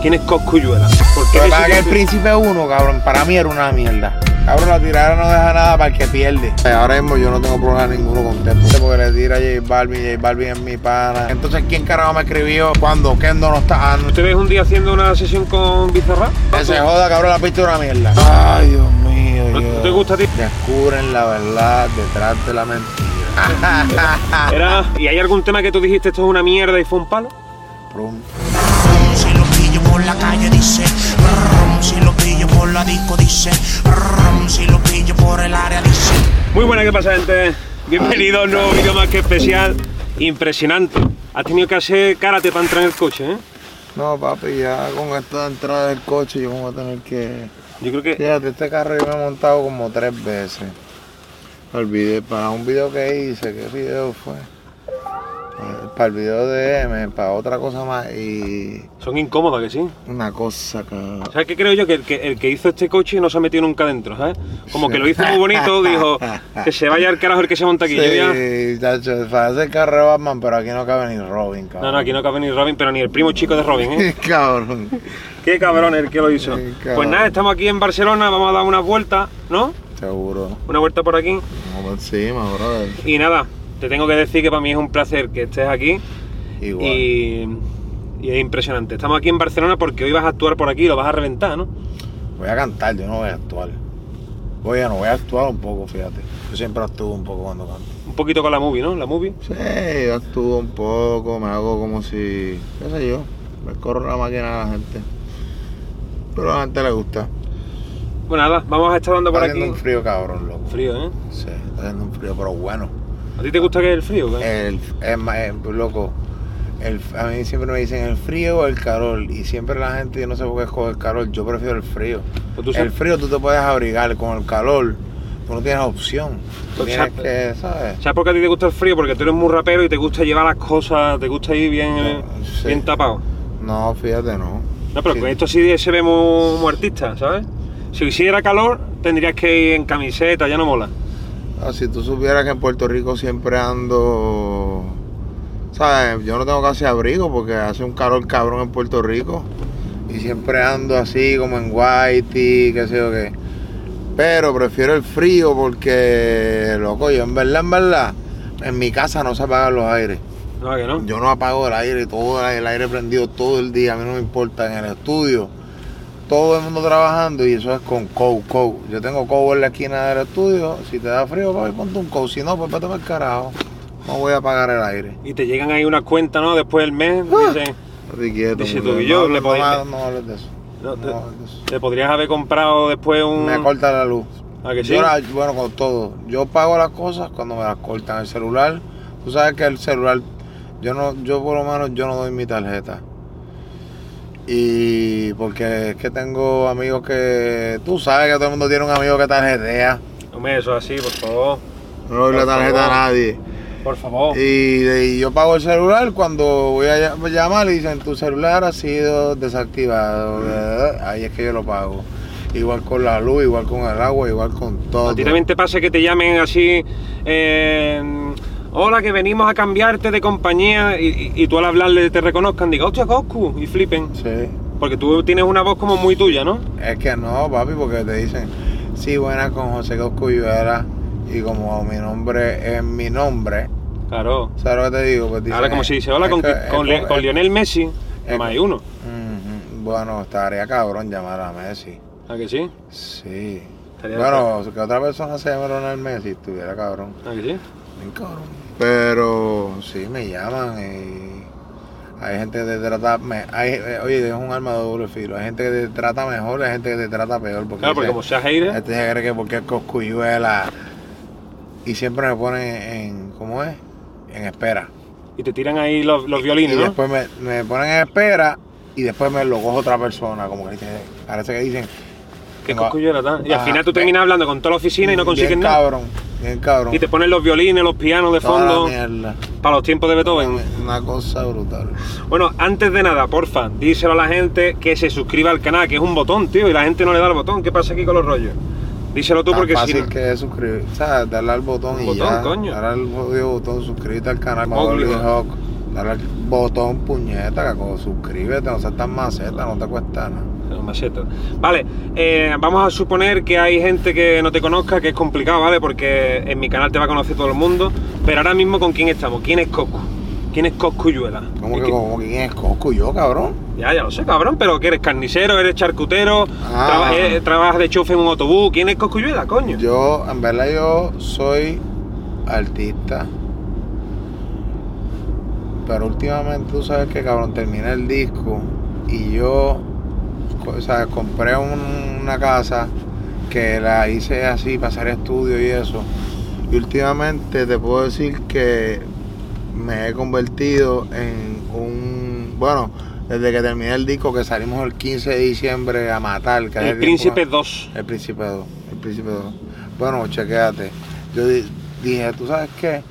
¿Quién es Coscuyuela? ¿Por qué Lo ese que pasa es que el tipo- príncipe uno, cabrón, para mí era una mierda. Cabrón, la tirada no deja nada para el que pierde. Eh, Ahora mismo yo no tengo problema ninguno con Tempo. Porque le tira a J Balvin, J Balvin es mi pana. Entonces, ¿quién carajo me escribió cuando Kendo no está? Ah, no. ¿Te ves un día haciendo una sesión con Bizarra? Que se joda, cabrón, la pista es una mierda. Ay, Dios mío. ¿No Dios. te gusta a ti? Descubren la verdad detrás de la mentira. Era- ¿Y hay algún tema que tú dijiste esto es una mierda y fue un palo? Prum. Si lo pillo por la calle dice, brum, si lo pillo por la disco dice, brum, si lo pillo por el área dice. Muy buena, ¿qué pasa, gente? Bienvenido a un nuevo vídeo más que especial. Impresionante. Has tenido que hacer karate para entrar en el coche, ¿eh? No, papi, ya con esta entrada del coche yo voy a tener que... Yo creo que Fíjate, este carro yo me he montado como tres veces. Olvidé, para un video que hice, ¿qué video fue? Eh, Para el video de M, para otra cosa más y son incómodos, ¿a que sí. una cosa que... ¿Sabes qué creo yo? Que el, que el que hizo este coche no se ha metido nunca dentro, ¿sabes? Como que lo hizo muy bonito, dijo que se vaya al carajo el que se monta aquí. Yo ya- Sí, tacho, para hacer carro de Batman, pero aquí no cabe ni Robin, No, cabrón. no, aquí no cabe ni Robin, pero ni el primo chico de Robin, ¿eh? cabrón. Qué cabrón el que lo hizo. Qué cabrón. Pues nada, estamos aquí en Barcelona, vamos a dar una vuelta, ¿no? Seguro. Una vuelta por aquí. Vamos por encima, brother. Y nada, te tengo que decir que para mí es un placer que estés aquí. Igual. Y, y es impresionante. Estamos aquí en Barcelona porque hoy vas a actuar por aquí, y lo vas a reventar, ¿no? Voy a cantar, yo no voy a actuar. Voy a, no, voy a actuar un poco, fíjate. Yo siempre actúo un poco cuando canto. Un poquito con la movie, ¿no? La movie. Sí, yo actúo un poco, me hago como si, qué sé yo, me corro la máquina a la gente. Pero a la gente le gusta. Bueno, nada, vamos a estar dando Está por aquí. haciendo un frío cabrón, loco. Frío, ¿eh? Sí, está haciendo un frío, pero bueno. ¿A ti te gusta que es el frío? qué? El, es más, eh, loco, el, a mí siempre me dicen el frío o el calor. Y siempre la gente, yo no sé por qué escoge el calor, yo prefiero el frío. Pues tú el sabes- frío tú te puedes abrigar, con el calor tú no tienes opción. Tú Pues tienes chap- que, ¿sabes? ¿Sabes por qué a ti te gusta el frío? Porque tú eres muy rapero y te gusta llevar las cosas, te gusta ir bien, eh, Sí. bien tapado. No, fíjate, no. No, pero Sí. con esto sí se ve muy, muy artista, ¿sabes? Si hiciera calor, tendrías que ir en camiseta, ya no mola. Ah, si tú supieras que en Puerto Rico siempre ando. ¿Sabes? Yo no tengo casi abrigo porque hace un calor cabrón en Puerto Rico. Y siempre ando así, como en Whitey, qué sé yo qué. Pero prefiero el frío porque, loco, yo en verdad, en verdad, en mi casa no se apagan los aires. No, ¿a que no. Yo no apago el aire, todo el aire prendido todo el día, a mí no me importa. En el estudio, todo el mundo trabajando y eso es con cow, cow. Yo tengo cow en la esquina del estudio, si te da frío, papi, ponte un cow, si no, pues vete para el carajo. No voy a apagar el aire. Y te llegan ahí unas cuentas, ¿no? Después del mes, ¡Ah! dicen, Así quieto, Dice tú mujer. que yo no, le no, podía- no, no hables de eso. No, te- No hables de eso. te podrías haber comprado después un... Me corta la luz. ¿A que sí? Yo la- bueno, con todo. Yo pago las cosas cuando me las cortan. El celular, tú sabes que el celular, yo no, yo por lo menos yo no doy mi tarjeta. Y porque es que tengo amigos que. Tú sabes que todo el mundo tiene un amigo que tarjetea. Hombre, eso así, por favor. No doy la Por tarjeta a favor. nadie. Por favor. Y, y yo pago el celular cuando voy a ll- llamar y dicen tu celular ha sido desactivado. Ahí es que yo lo pago. Igual con la luz, igual con el agua, igual con todo. A ti también te pasa que te llamen así... eh, Hola, que venimos a cambiarte de compañía y, y- y tú al hablarle te reconozcan, digas, hostia, Coscu, y flipen. Sí. Porque tú tienes una voz como muy tuya, ¿no? Es que no, papi, porque te dicen, sí, buena con José Coscuyuela y como mi nombre es mi nombre, Claro. ¿sabes lo que te digo? Pues dicen, Ahora como se dice, hola, es con, que- es con, Le- como- con es- Lionel Messi, es- más hay uno. Ujú. Bueno, estaría cabrón llamar a Messi. ¿A que sí? Sí. Estaría bueno, que otra persona se llame Ronald Messi, estuviera cabrón. ¿A que sí? Bien cabrón. Pero sí, me llaman y hay gente que te trata, me- hay, eh, oye, es un arma de doble filo. Hay gente que te trata mejor, hay gente que te trata peor. Porque Claro, porque dice, como seas hater, Este se cree que porque es coscuyuela. Y siempre me ponen en. ¿Cómo es? En espera. y te tiran ahí los, los Y violines, ¿no? después me, me ponen en espera y después me lo coge otra persona. Como que dicen, parece que dicen. Qué tengo- coscullera, tal. Y al Ajá, final tú ve. terminas hablando con toda la oficina y no consigues bien nada. cabrón, bien cabrón. Y te ponen los violines, los pianos de Toda la fondo, mierda. para los tiempos de Beethoven. Una cosa brutal. Bueno, antes de nada, porfa, díselo a la gente que se suscriba al canal, que es un botón, tío, y la gente no le da el botón. ¿Qué pasa aquí con los rollos? Díselo tú Tan porque si fácil no- que es suscribir, o sea, darle al botón Un y botón, ya. coño. Darle al jodido botón, suscríbete al canal. Móvil, Macaulay ¿no? Hawk. Dale al botón, puñeta, caco. Suscríbete, no seas tan maceta, no te cuesta nada. Los machetes. Vale, eh, vamos a suponer que hay gente que no te conozca, que es complicado, ¿vale? Porque en mi canal te va a conocer todo el mundo. Pero ahora mismo, ¿con quién estamos? ¿Quién es Coscu? ¿Quién es Coscuyuela? ¿Cómo ¿Y que, qui- como quién es Coscu yo, cabrón? Ya, ya lo sé, cabrón, pero que eres carnicero, eres charcutero, Ah. traba- eh, trabajas de chofe en un autobús. ¿Quién es Coscuyuela, coño? Yo, en verdad, yo soy artista. Pero últimamente tú sabes que, cabrón, terminé el disco y yo, co- o sea, compré un- una casa que la hice así para hacer estudio y eso. Y últimamente te puedo decir que me he convertido en un. Bueno, desde que terminé el disco, que salimos el 15 de diciembre a matar. que era El disco más- Príncipe 2. el Príncipe 2. El Príncipe 2. Bueno, chequéate. Yo di- dije, ¿tú sabes qué?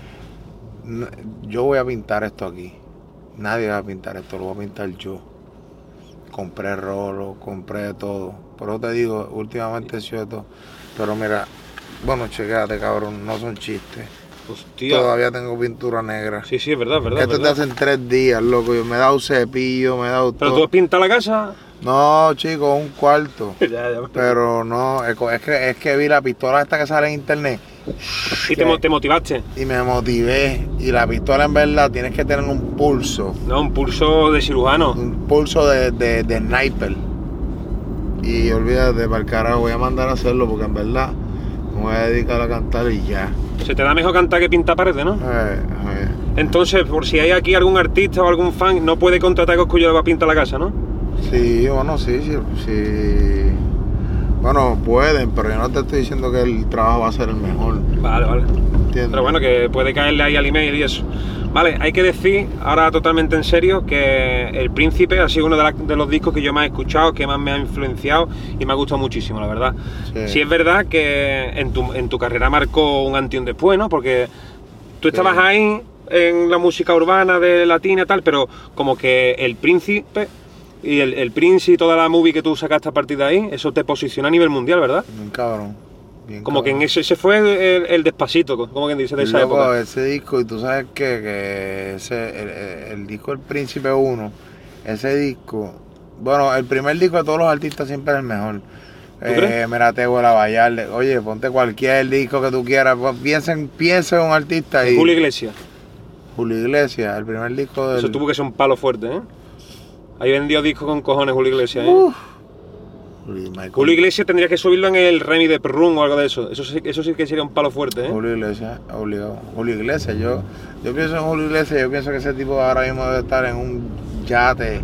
N- Yo voy a pintar esto aquí. Nadie va a pintar esto, lo voy a pintar yo. Compré rolo, compré todo. Por eso te digo, últimamente sí de todo. Pero mira, bueno, chequéate, cabrón, no son chistes. Hostia. Todavía tengo pintura negra. Sí, sí, es verdad, es verdad. es Esto te verdad. hacen tres días, loco. Yo me he dado cepillo, me he dado Pero tú todo. has pintado la casa. No, chicos, un cuarto. ya, ya. me- Pero no, es co- es que, es que vi la pistola esta que sale en internet Y te, mo- te motivaste. y me motivé. Y la pistola en verdad tienes que tener un pulso, No, un pulso de cirujano. un pulso de, de, de sniper. Y olvídate, para el carajo, voy a mandar a hacerlo porque en verdad me voy a dedicar a cantar y ya. Se te da mejor cantar que pintar paredes, ¿no? Eh, eh. Entonces, por si hay aquí algún artista o algún fan, no puede contratar a Coscullo para pintar la casa, ¿no? Sí, bueno, sí, sí, sí. Bueno, pueden, pero yo no te estoy diciendo que el trabajo va a ser el mejor. Vale, vale. ¿Entiendes? Pero bueno, que puede caerle ahí al email y eso. Vale, hay que decir, ahora totalmente en serio, que El Príncipe ha sido uno de, la- de los discos que yo más he escuchado, que más me ha influenciado y me ha gustado muchísimo, la verdad. Sí. Sí, es verdad que en tu, en tu carrera marcó un antes y un después, ¿no? Porque tú Sí. estabas ahí en la música urbana de latina tal, pero como que El Príncipe y El, el Prince y toda la movie que tú sacaste a partir de ahí, eso te posiciona a nivel mundial, ¿verdad? Bien cabrón. bien Como que cabrón. en ese, ese fue el, el despacito, como quien dice, de esa Loco, época. ese disco, y tú sabes que, que ese, el, el- el disco El Príncipe 1, ese disco, bueno, el primer disco de todos los artistas siempre es el mejor. Eh, crees? mira, Tego la Vallarde. Oye, ponte cualquier disco que tú quieras. pon- Piensa en, piensa en un artista y. Julio Iglesias. Julio Iglesias, el primer disco del. Eso tuvo que ser un palo fuerte, ¿eh? Ahí vendió discos con cojones Julio Iglesias, ¿eh? Uf. Julio, Michael- Julio Iglesias tendría que subirlo en el Remy de Perrún o algo de eso. Eso sí, eso sí que sería un palo fuerte, ¿eh? Julio Iglesias, obligado. Julio Iglesias, yo, yo pienso en Julio Iglesias, yo pienso que ese tipo ahora mismo debe estar en un yate.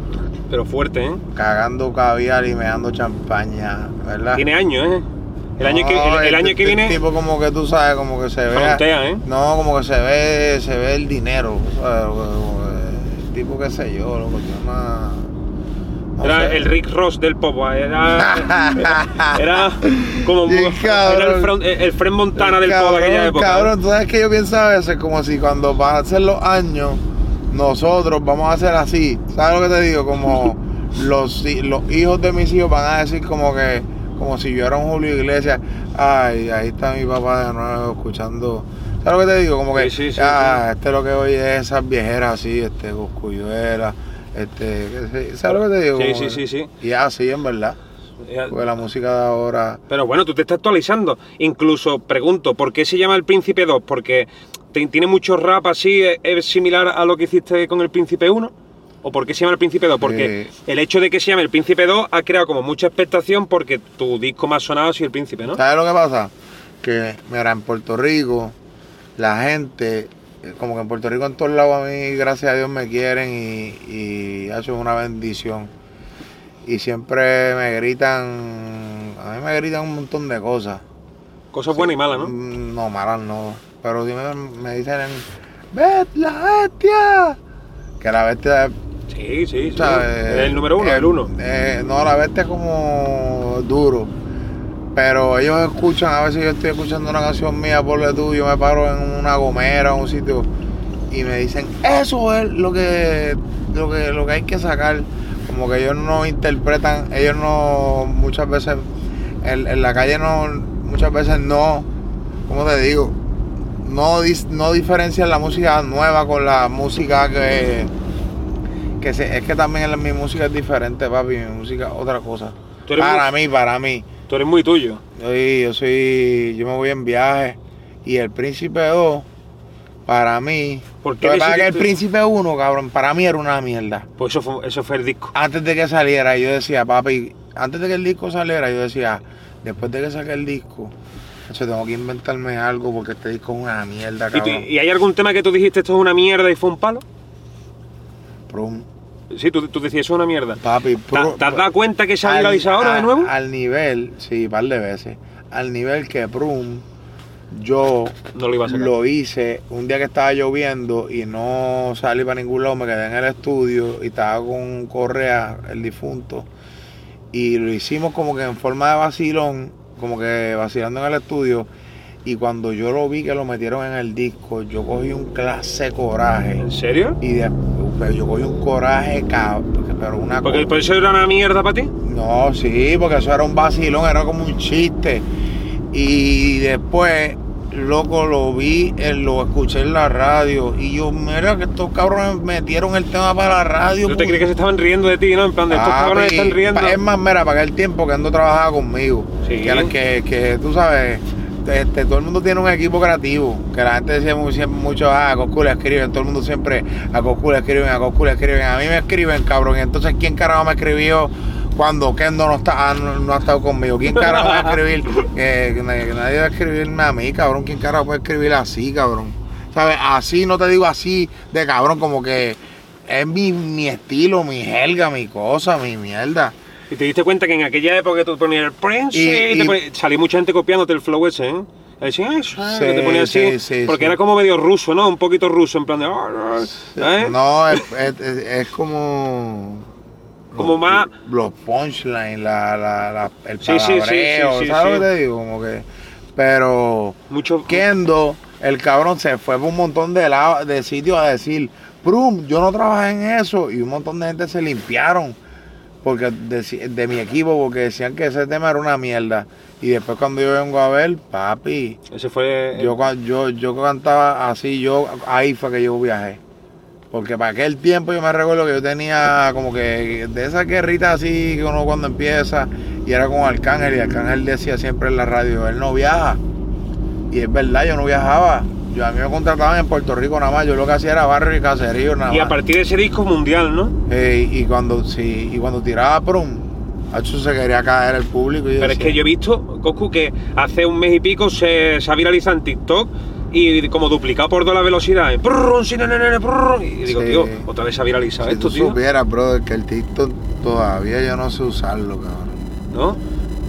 Pero fuerte, ¿eh? cagando caviar y meando champaña, ¿verdad? Tiene años, ¿eh? El año que, Ah. el, No, el este año que ti- viene tipo como que tú sabes, como que se ve. frontea, ¿eh? No, como que se ve, se ve el dinero. ¿sabes? Como que- el tipo qué sé yo, loco, tiene una. no Era sé. el Rick Ross del pop, ¿eh? era, era, era como Bien muy- cabrón. era el, front, el- el Fred Montana del pop de aquella Cabrón, época. ¿eh? cabrón, tú sabes que yo pienso a veces como si cuando pasen los años, nosotros vamos a ser así. ¿Sabes lo que te digo? Como los, hi- los hijos de mis hijos van a decir como que, como si yo era un Julio Iglesias. Ay, ahí está mi papá de nuevo escuchando. ¿Sabes lo que te digo? Como que, Sí, sí, sí, ah, este lo que oye es esas viejeras así, este, coscuyuela, este, qué sé- ¿sabes lo que te digo? Sí, Como sí, que- sí, sí. Y así, en verdad. Era- Porque la música de ahora... Pero bueno, tú te estás actualizando. Incluso pregunto, ¿por qué se llama El Príncipe 2? Porque te- tiene mucho rap así, es, es similar a lo que hiciste con El Príncipe 1. ¿O por qué se llama El Príncipe 2? Porque Sí. el hecho de que se llame El Príncipe 2 ha creado como mucha expectación porque tu disco más sonado ha sido El Príncipe, ¿no? ¿Sabes lo que pasa? Que, mira, en Puerto Rico, la gente, eh, como que en Puerto Rico en todos lados a mí, gracias a Dios, me quieren y, y eso es una bendición. Y siempre me gritan, a mí me gritan un montón de cosas. Cosas buenas y malas, ¿no? Mm, No, malas no. Pero sí me, me dicen, ¡Ves la bestia! Que la bestia es Sí, sí, sí. ¿sabes? el número uno, Eh, el uno. eh, no, la bestia es como duro. Pero ellos escuchan, a veces yo estoy escuchando una canción mía, por tú, yo me paro en una gomera, en un sitio, y me dicen, eso es lo que, lo que, lo que hay que sacar. Como que ellos no interpretan, ellos no, muchas veces, en, en la calle no, muchas veces no, ¿cómo te digo? no, dis- no diferencian la música nueva con la música que. que se- es que también la- mi música es diferente, papi. Mi música es otra cosa. Tú eres Para mus- mí, para mí. Tú eres muy tuyo. Oye, yo soy. Yo me voy en viaje. Y el príncipe 2, para mí. ¿Por Lo qué que pasa es que el decidiste- príncipe 1, cabrón, para mí era una mierda. Pues eso fue, eso fue el disco. Antes de que saliera, yo decía, papi, antes de que el disco saliera, yo decía, después de que saque el disco, yo tengo que inventarme algo porque este disco es una mierda, ¿Y, tú- cabrón. y hay algún tema que tú dijiste esto es una mierda y fue un palo? Prum, Sí, tú, tú decías eso es una mierda. papi, ¿Te, prum. pues, te has dado cuenta que se ha Al- viralizado ahora de a- nuevo? Al nivel, sí, par de veces. Al nivel que Prum, yo no lo iba a sacar. Lo hice un día que estaba lloviendo y no salí para ningún lado, me quedé en el estudio y estaba con Correa, el difunto, y lo hicimos como que en forma de vacilón, como que vacilando en el estudio, y cuando yo lo vi que lo metieron en el disco, yo cogí un clase coraje, ¿En serio? y de- pero yo cogí un coraje, cab- pero una Porque cosa- por eso era una mierda para ti. no, sí, porque eso era un vacilón, era como un chiste. Y después, loco, lo vi, eh, lo escuché en la radio. Y yo, mira que estos cabrones metieron el tema para la radio. ¿Tú te pu- crees que se estaban riendo de ti, no? En plan, de estos Papi, cabrones están riendo. Ah, pa- Es más, mira, para el tiempo que Ando trabajaba conmigo. Sí. Que, era- que, que tú sabes, este, todo el mundo tiene un equipo creativo. Que la gente decía muy, siempre mucho, ah, a Coscu le escriben. Todo el mundo siempre, a Coscu le escriben, a Coscu le escriben. A mí me escriben, cabrón. Entonces, ¿quién carajo me escribió cuando Kendo no, está, ah, no, no ha estado conmigo? ¿Quién carajo me va a escribir? Eh, Que, que nadie, que nadie va a escribirme a mí, cabrón. ¿Quién carajo puede escribir así, cabrón? ¿Sabes? Así, no te digo así de cabrón, como que es mi, mi estilo, mi jerga, mi cosa, mi mierda. Y te diste cuenta que en aquella época tú ponías el Prince y, Y- te y- ponías- salí mucha gente copiándote el flow ese, ¿eh? Y Decían eso, Sí, que te ponía así. Ah. sí, sí, porque sí. era como medio ruso, ¿no? Un poquito ruso, en plan de. "Ah, ah", ¿eh? No, es, es- es- es como. Como más- Los punchlines, la, la, la- el Sí, sí, sí, sí, palabreo, sí, ¿sabes sí. lo que te digo? Como que. Pero. Mucho. Kendo, el cabrón se fue por un montón de, la- de sitios a decir, Prum, yo no trabajé en eso. Y un montón de gente se limpiaron porque deci- de, mi equipo, porque decían que ese tema era una mierda. Y después cuando yo vengo a ver, papi, Ese fue. yo, cua- yo, yo cantaba así, yo ahí fue que yo viajé. Porque para aquel tiempo yo me recuerdo que yo tenía como que de esas guerritas así que uno cuando empieza y era con Arcángel y Arcángel decía siempre en la radio, él no viaja. Y es verdad, yo no viajaba. Yo a mí me contrataban en Puerto Rico nada más, yo lo que hacía era barrio y caserío nada y a más. partir de ese disco mundial, ¿no? Eh, y cuando sí, y cuando tiraba prum, a eso se quería caer el público y yo Pero es decía, que yo he visto, Coscu, que hace un mes y pico se, se ha viralizado en TikTok y como duplicado por dos la velocidad. ¿eh? Prrrrun, sí, nene, nene, prrrrun. Y digo, Sí. tío, otra vez se ha viralizado si esto, tú tío. supieras, brother, que el TikTok todavía yo no sé usarlo, cabrón. ¿No?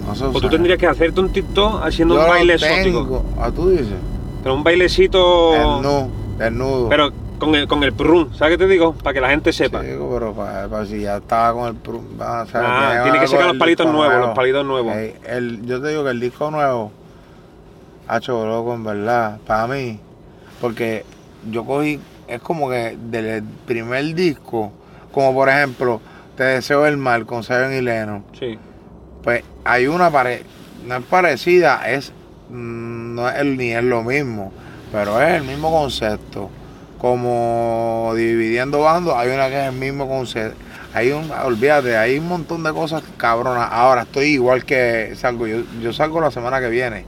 No sé O Pues tú usar. tendrías que hacerte un TikTok haciendo Yo un lo baile exótico. tengo. ¿A tú dices? Pero un bailecito. Desnudo, desnudo. Pero con el, con el prrrun, ¿sabes qué te digo? Para que la gente sepa. Chico, pero pa- pa- si ya estaba con el prum. va, o sea, Ah, tiene tiene que algo sacar los del palitos disco nuevos, los palitos nuevos. Ey, el- yo te digo que el disco nuevo ha hecho loco, en verdad, para mí. Porque yo cogí, es como que del primer disco, como por ejemplo, Te deseo el mal con Seven y Lennon. Sí. Pues hay una pared, no es parecida, es mm, no es el- ni es lo mismo, pero es el mismo concepto. Como dividiendo bandos, hay una que es el mismo concepto. Hay un, olvídate, hay un montón de cosas cabronas. Ahora estoy igual que salgo, yo, yo salgo la semana que viene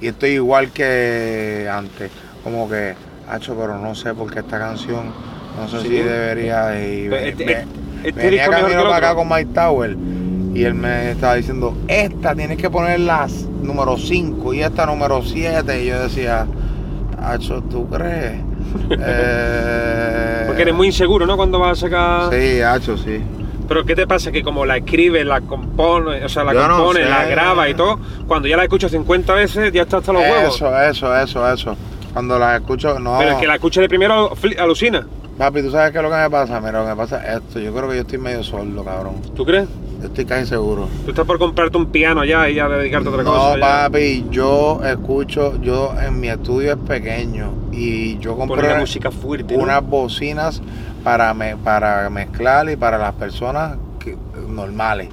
y estoy igual que antes. Como que, hacho, pero no sé por qué esta canción, no sé Sí. si debería de ir. Pero este- Ve- este Venía disco es mejor que camino el para acá otro. con Mike Tower y él me estaba diciendo, esta tienes que poner las número 5 y esta número 7. Y yo decía, Acho, ¿tú crees? Eh, Porque eres muy inseguro, ¿no? Cuando vas a sacar. Sí, Acho, sí. Pero ¿qué te pasa? Que como la escribes, la compones, o sea, la Yo no compones, sé. la grabas y todo, cuando ya la escuchas 50 veces ya está hasta los huevos. Eso, eso, eso, eso. Cuando las escucho, no. Pero el que la escuche de primero fli- alucina. Papi, ¿tú sabes qué es lo que me pasa? Mira, lo que me pasa es esto. Yo creo que yo estoy medio sordo, cabrón. ¿Tú crees? Yo estoy casi seguro. Tú estás por comprarte un piano ya y ya dedicarte a otra cosa. No, ya. papi, yo escucho, yo en mi estudio es pequeño y yo compré Poner la música fuerte. ¿no? unas bocinas para, me- para mezclar y para las personas que- normales.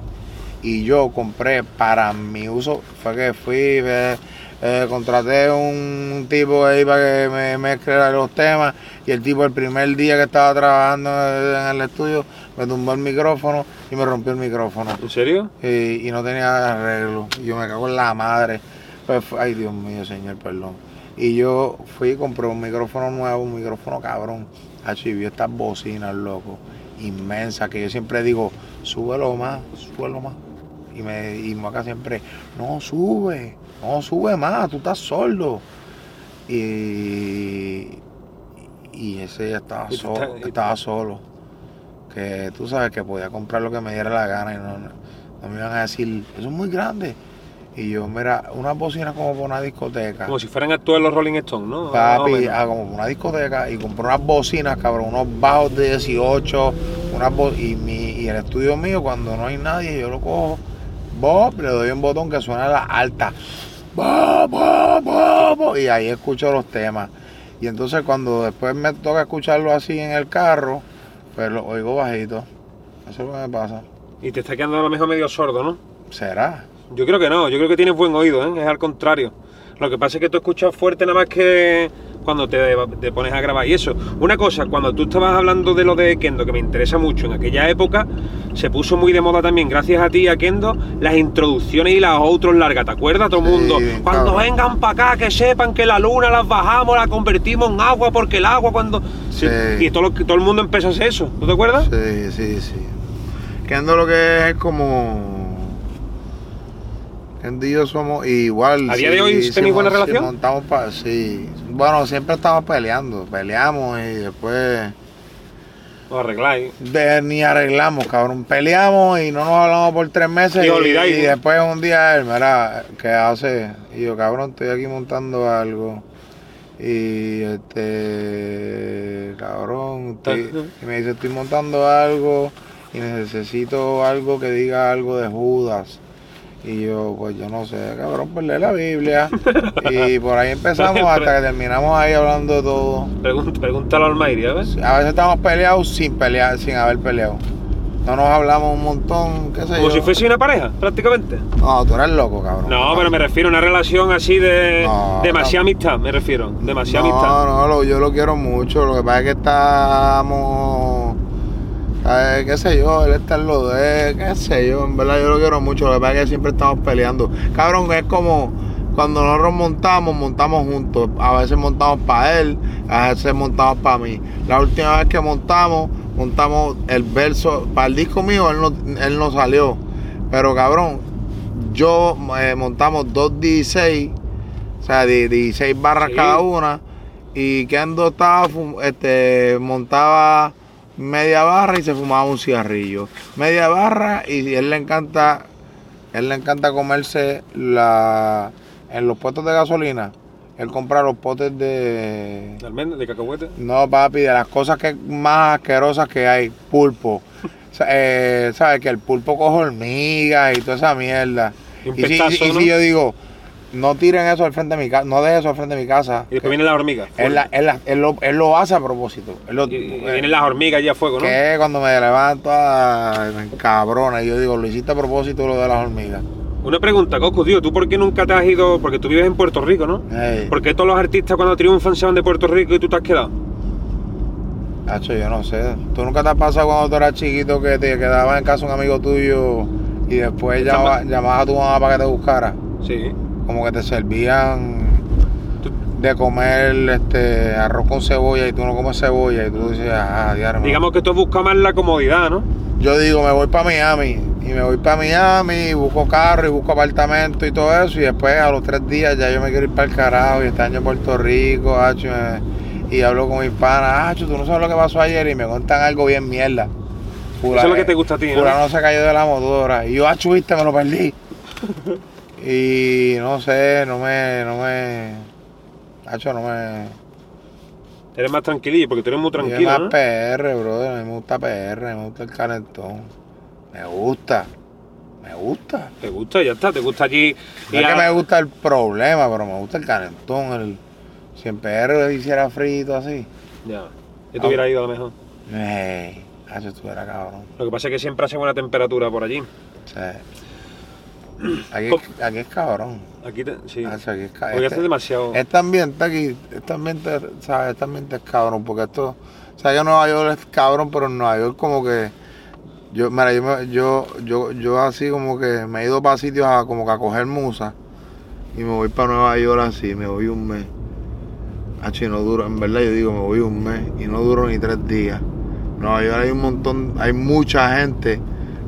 Y yo compré para mi uso, fue que fui, eh, Eh, contraté un tipo ahí para que me mezclara los temas y el tipo el primer día que estaba trabajando en el estudio me tumbó el micrófono y me rompió el micrófono ¿En serio? y, y no tenía arreglo. Y yo me cago en la madre. Pues, fu- ay, Dios mío, señor, perdón. Y yo fui y compré un micrófono nuevo, un micrófono cabrón. Hacho, y vi estas bocinas, loco, inmensas, que yo siempre digo, súbelo más, súbelo más. Y me y acá siempre, no sube, no sube más, tú estás sordo. Y, y ese ya estaba, Y tú solo, estás- y- estaba solo. Que tú sabes que podía comprar lo que me diera la gana y no, no- no me iban a decir, eso es muy grande. Y yo, mira, una bocina como para una discoteca. Como si fueran a actuar los Rolling Stones, ¿no? Más o Papi, menos. ah, como una discoteca y compré unas bocinas, cabrón, unos bajos de 18, unas bo- y, mi, y el estudio mío, cuando no hay nadie, yo lo cojo, Bob, le doy un botón que suena la alta. Bob, bob, bob, bob, y ahí escucho los temas. Y entonces cuando después me toca escucharlo así en el carro, pues lo oigo bajito. Eso es lo que me pasa. Y te está quedando a lo mejor medio sordo, ¿no? ¿Será? Yo creo que no, yo creo que tienes buen oído, ¿eh? es al contrario. Lo que pasa es que tú escuchas fuerte nada más que cuando te, te pones a grabar y eso. Una cosa, cuando tú estabas hablando de lo de Kendo, que me interesa mucho, en aquella época se puso muy de moda también, gracias a ti y a Kendo, las introducciones y las otros largas, ¿te acuerdas todo el Sí, mundo? bien Cuando cabrón. vengan para acá, que sepan que la luna las bajamos, la convertimos en agua, porque el agua cuando... Sí. Y todo, lo que- todo el mundo empezó a hacer eso, ¿tú te acuerdas? Sí, sí, sí. Kendo lo que es es como. Kendo y yo somos igual. ¿A día de hoy sí, tenéis mon- buena sí, relación? montamos pa- sí. Bueno, siempre estamos peleando. Peleamos y después. Os arregláis. de- ni arreglamos, cabrón. Peleamos y no nos hablamos por tres meses. Y olvidáis, y ¿no? después un día él, mira, ¿qué hace? Y yo, cabrón, estoy aquí montando algo. Y este. Cabrón, estoy- y me dice, estoy montando algo y necesito algo que diga algo de Judas. Y yo, pues yo no sé, cabrón, pues lee la Biblia. y por ahí empezamos hasta que terminamos ahí hablando de todo. Pregun- Pregúntalo al Mayri, a ver. A veces estamos peleados sin pelear, sin haber peleado. No nos hablamos un montón, qué sé Como yo. si fuese una pareja, prácticamente. No, tú eres loco, cabrón. No, pero me refiero a una relación así de No, demasiada no. amistad, me refiero. Demasiada No, amistad. no, lo- yo lo quiero mucho. Lo que pasa es que estamos. eh, qué sé yo, él está en lo de. qué sé yo, en verdad yo lo quiero mucho. Lo que pasa es que siempre estamos peleando. Cabrón, es como. Cuando nosotros montamos, montamos juntos. A veces montamos para él, a veces montamos para mí. La última vez que montamos, montamos el verso. Para el disco mío, él no, él no salió. Pero cabrón, yo eh, montamos dos 16, o sea, di- 16 barras Sí. cada una. Y Kendo estaba, fu- este, montaba media barra y se fumaba un cigarrillo. Media barra y él le encanta, él le encanta comerse la, en los puestos de gasolina. Él compra los potes de, De almendra, de cacahuete. no, papi, de las cosas que más asquerosas que hay, pulpo. Sa- eh, ¿Sabes? Que el pulpo coge hormigas y toda esa mierda. Y un si- pestazo, y ¿no? si yo digo, no tiren eso al frente de mi casa, no dejen eso al frente de mi casa. Y después viene la hormiga. Él, la- él la- él lo, él lo hace a propósito. Él lo- Y- y eh, vienen las hormigas ya a fuego, ¿no? que cuando me levanto, ay, me encabrona. Y yo digo, lo hiciste a propósito lo de las hormigas. Una pregunta, Coco, tío, ¿tú por qué nunca te has ido? Porque tú vives en Puerto Rico, ¿no? Ey, ¿Por qué todos los artistas cuando triunfan se van de Puerto Rico y tú te has quedado? Hacho, yo no sé. ¿Tú nunca te has pasado cuando tú eras chiquito que te quedabas en casa de un amigo tuyo y después Está llama- mal. llamabas a tu mamá para que te buscara? Sí. Como que te servían Tú- de comer este arroz con cebolla y tú no comes cebolla y tú dices, ah, diablo. Digamos que tú buscas más la comodidad, ¿no? Yo digo, me voy para Miami y me voy para Miami y busco carro y busco apartamento y todo eso y después a los tres días ya yo me quiero ir para el carajo y este año en Puerto Rico, hacho, y me- y hablo con mis panas, hacho, tú no sabes lo que pasó ayer y me contan algo bien mierda. Eso es lo que te gusta a ti, ¿no? Fulano se cayó de la motora. Y yo, ah, chuviste, me lo perdí. y no sé, no me, no me. Hacho, no me. Eres más tranquilillo, porque tú eres muy Yo tranquilo, más ¿no? PR, brother. A mí me gusta PR, me gusta el calentón. Me gusta. Me gusta. Te gusta, ya está, te gusta allí. No y es a- que me gusta el problema, pero me gusta el calentón. El... Si en PR hiciera frito así. Ya, yo te hubiera ido a lo mejor. Ey, hacho, estuviera cabrón. Lo que pasa es que siempre hace buena temperatura por allí. Sí. Aquí, ¿Cómo? aquí es cabrón. Aquí te- sí. Hacho, aquí es ca- Porque este- hace demasiado. Este ambiente aquí, este ambiente, ¿sabes? Este ambiente es cabrón, porque esto, sabes que Nueva York es cabrón, pero en Nueva York como que, yo, mira, yo, me- yo, yo, yo así como que me he ido para sitios a, como que a coger musa y me voy para Nueva York así, me voy un mes. Hacho, y no duro, en verdad yo digo, me voy un mes y no duro ni tres días. Nueva York hay un montón, hay mucha gente,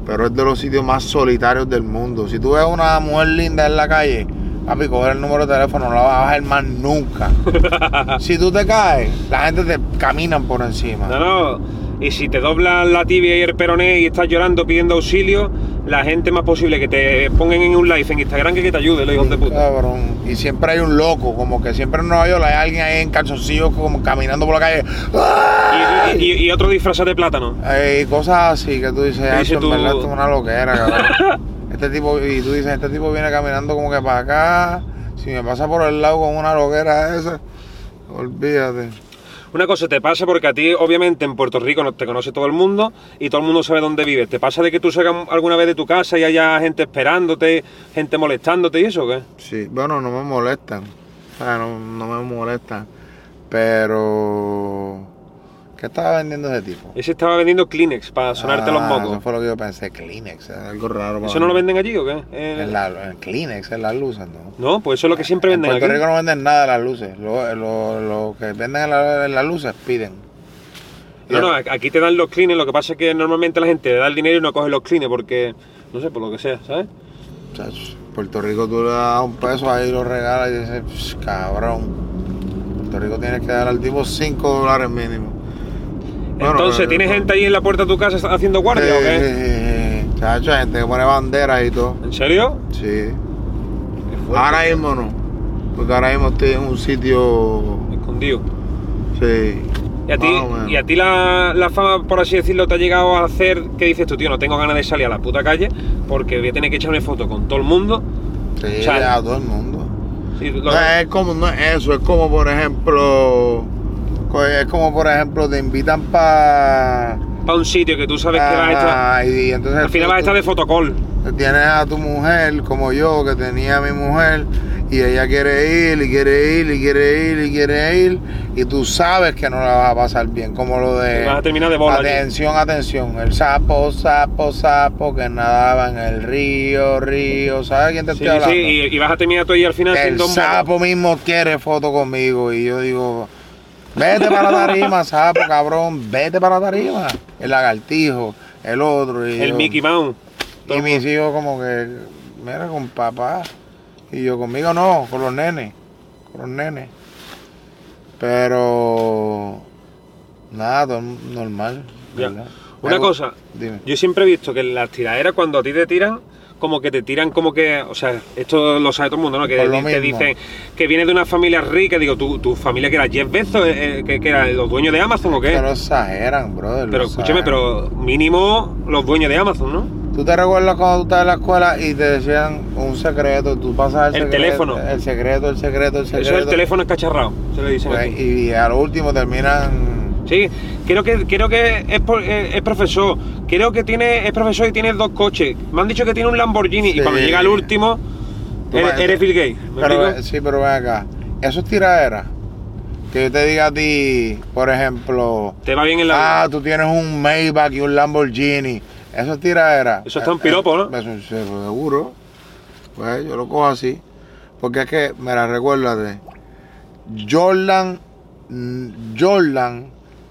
pero es de los sitios más solitarios del mundo. Si tú ves una mujer linda en la calle, papi, coger el número de teléfono, no la vas a bajar más nunca. si tú te caes, la gente te caminan por encima. No, no. Y si te doblan la tibia y el peroné y estás llorando pidiendo auxilio, la gente más posible que te pongan en un live en Instagram que, que te ayude, los hijos de puta. Cabrón. Y siempre hay un loco, como que siempre en Nueva York hay alguien ahí en calzoncillos como caminando por la calle. ¡Ah! Y, y- y otro disfraz de plátano. Eh, y cosas así que tú dices, Te "Ah, dice esto tú- en verdad esto es una loquera, cabrón. este tipo, y tú dices, este tipo viene caminando como que para acá, si me pasa por el lado con una loquera esa, olvídate. Una cosa te pasa porque a ti, obviamente, en Puerto Rico no te conoce todo el mundo y todo el mundo sabe dónde vives. ¿Te pasa de que tú salgas alguna vez de tu casa y haya gente esperándote, gente molestándote y eso o qué? Sí, bueno, no me molestan, o sea, no, no me molestan, pero... ¿Qué estaba vendiendo ese tipo? Ese estaba vendiendo Kleenex para sonarte los Ah, Eso mocos. fue lo que yo pensé, Kleenex, era algo raro. ¿Eso no lo venden allí o qué? Eh, En, la, en Kleenex, en las luces, ¿no? No, pues eso es lo que siempre en venden Puerto aquí. Rico no venden nada de las luces. Lo, lo- lo que venden en, la- en las luces piden. No, no, aquí te dan los clines, lo que pasa es que normalmente la gente le da el dinero y no coge los clines porque, no sé, por lo que sea, ¿sabes? Chacho, Puerto Rico tú le das un peso ahí, lo regalas y dices, "Psh, cabrón. Puerto Rico tienes que dar al tipo 5 dólares mínimo. Bueno, eh, Entonces, pero- ¿tienes gente ahí en la puerta de tu casa haciendo guardia o qué? Eh, Chacho, hay gente que pone banderas y todo. ¿En serio? Sí. Ahora mismo no. Porque ahora mismo estoy en un sitio. Escondido. Sí. ¿Y a ti, más o menos. y a ti la, la fama, por así decirlo, te ha llegado a hacer que dices tú, tío, no tengo ganas de salir a la puta calle porque voy a tener que echarme foto con todo el mundo? Sí, O sea, a todo el mundo. Y lo- No, es como, no es eso, es como por ejemplo, co- es como por ejemplo te invitan para... pa' un sitio que tú sabes que vas a estar... y entonces Al final vas a estar de fotocall. tú tienes a tu mujer, como yo, que tenía a mi mujer, y ella quiere ir, y quiere ir, y quiere ir, y quiere ir, y tú sabes que no la vas a pasar bien, como lo de... Y vas a terminar de bola allí. eh. Atención, atención, el sapo, sapo, sapo, que nadaba en el río, río, ¿sabes quién te Sí, estoy hablando? sí, y, y vas a terminar tú ahí al final El siendo un bobo. sapo mismo quiere foto conmigo y yo digo, vete para la tarima, sapo, cabrón, vete para la tarima. El lagartijo, el otro. Y El yo- Mickey Mouse. Y mis hijos como que, mira, con papá. Y yo conmigo no, con los nenes, con los nenes. Pero, nada, todo normal. Ya. ¿verdad? Una Algo- cosa, Dime. Yo ¿eh? siempre he visto que en las tiraderas, cuando a ti te tiran, como que te tiran como que, o sea, esto lo sabe todo el mundo, ¿no? Que Por lo di- te mismo. dicen que vienes de una familia rica, digo, tu, tu familia que era Jeff Bezos, eh, eh, que, que era los dueños de Amazon o qué. Pero exageran, brother. lo pero escúchame, exageran. pero mínimo los dueños de Amazon, ¿no? ¿Tú te recuerdas cuando tú estabas en la escuela y te decían un secreto? Tú pasas El el, secreto, teléfono. El secreto, el secreto, el secreto. Eso es el teléfono escacharrado, se le dicen. Pues, aquí. y al último terminan. Sí, creo que, creo que es, por- eh, es- es profesor, creo que tiene, es profesor y tiene dos coches. Me han dicho que tiene un Lamborghini Sí. y cuando llega el último, Tú eres, vas- eres Bill Gates. ¿me Pero, explico? eh, sí, pero ven acá. Eso es tiradera. Que yo te diga a ti, por ejemplo, Te va bien en la... ah, tú tienes un Maybach y un Lamborghini. Eso es tiradera. Eh, Eso está un piropo, ¿no? Eso sí, seguro. Pues yo lo cojo así. Porque es que, mira, recuérdate. Jordan, mm, Jordan,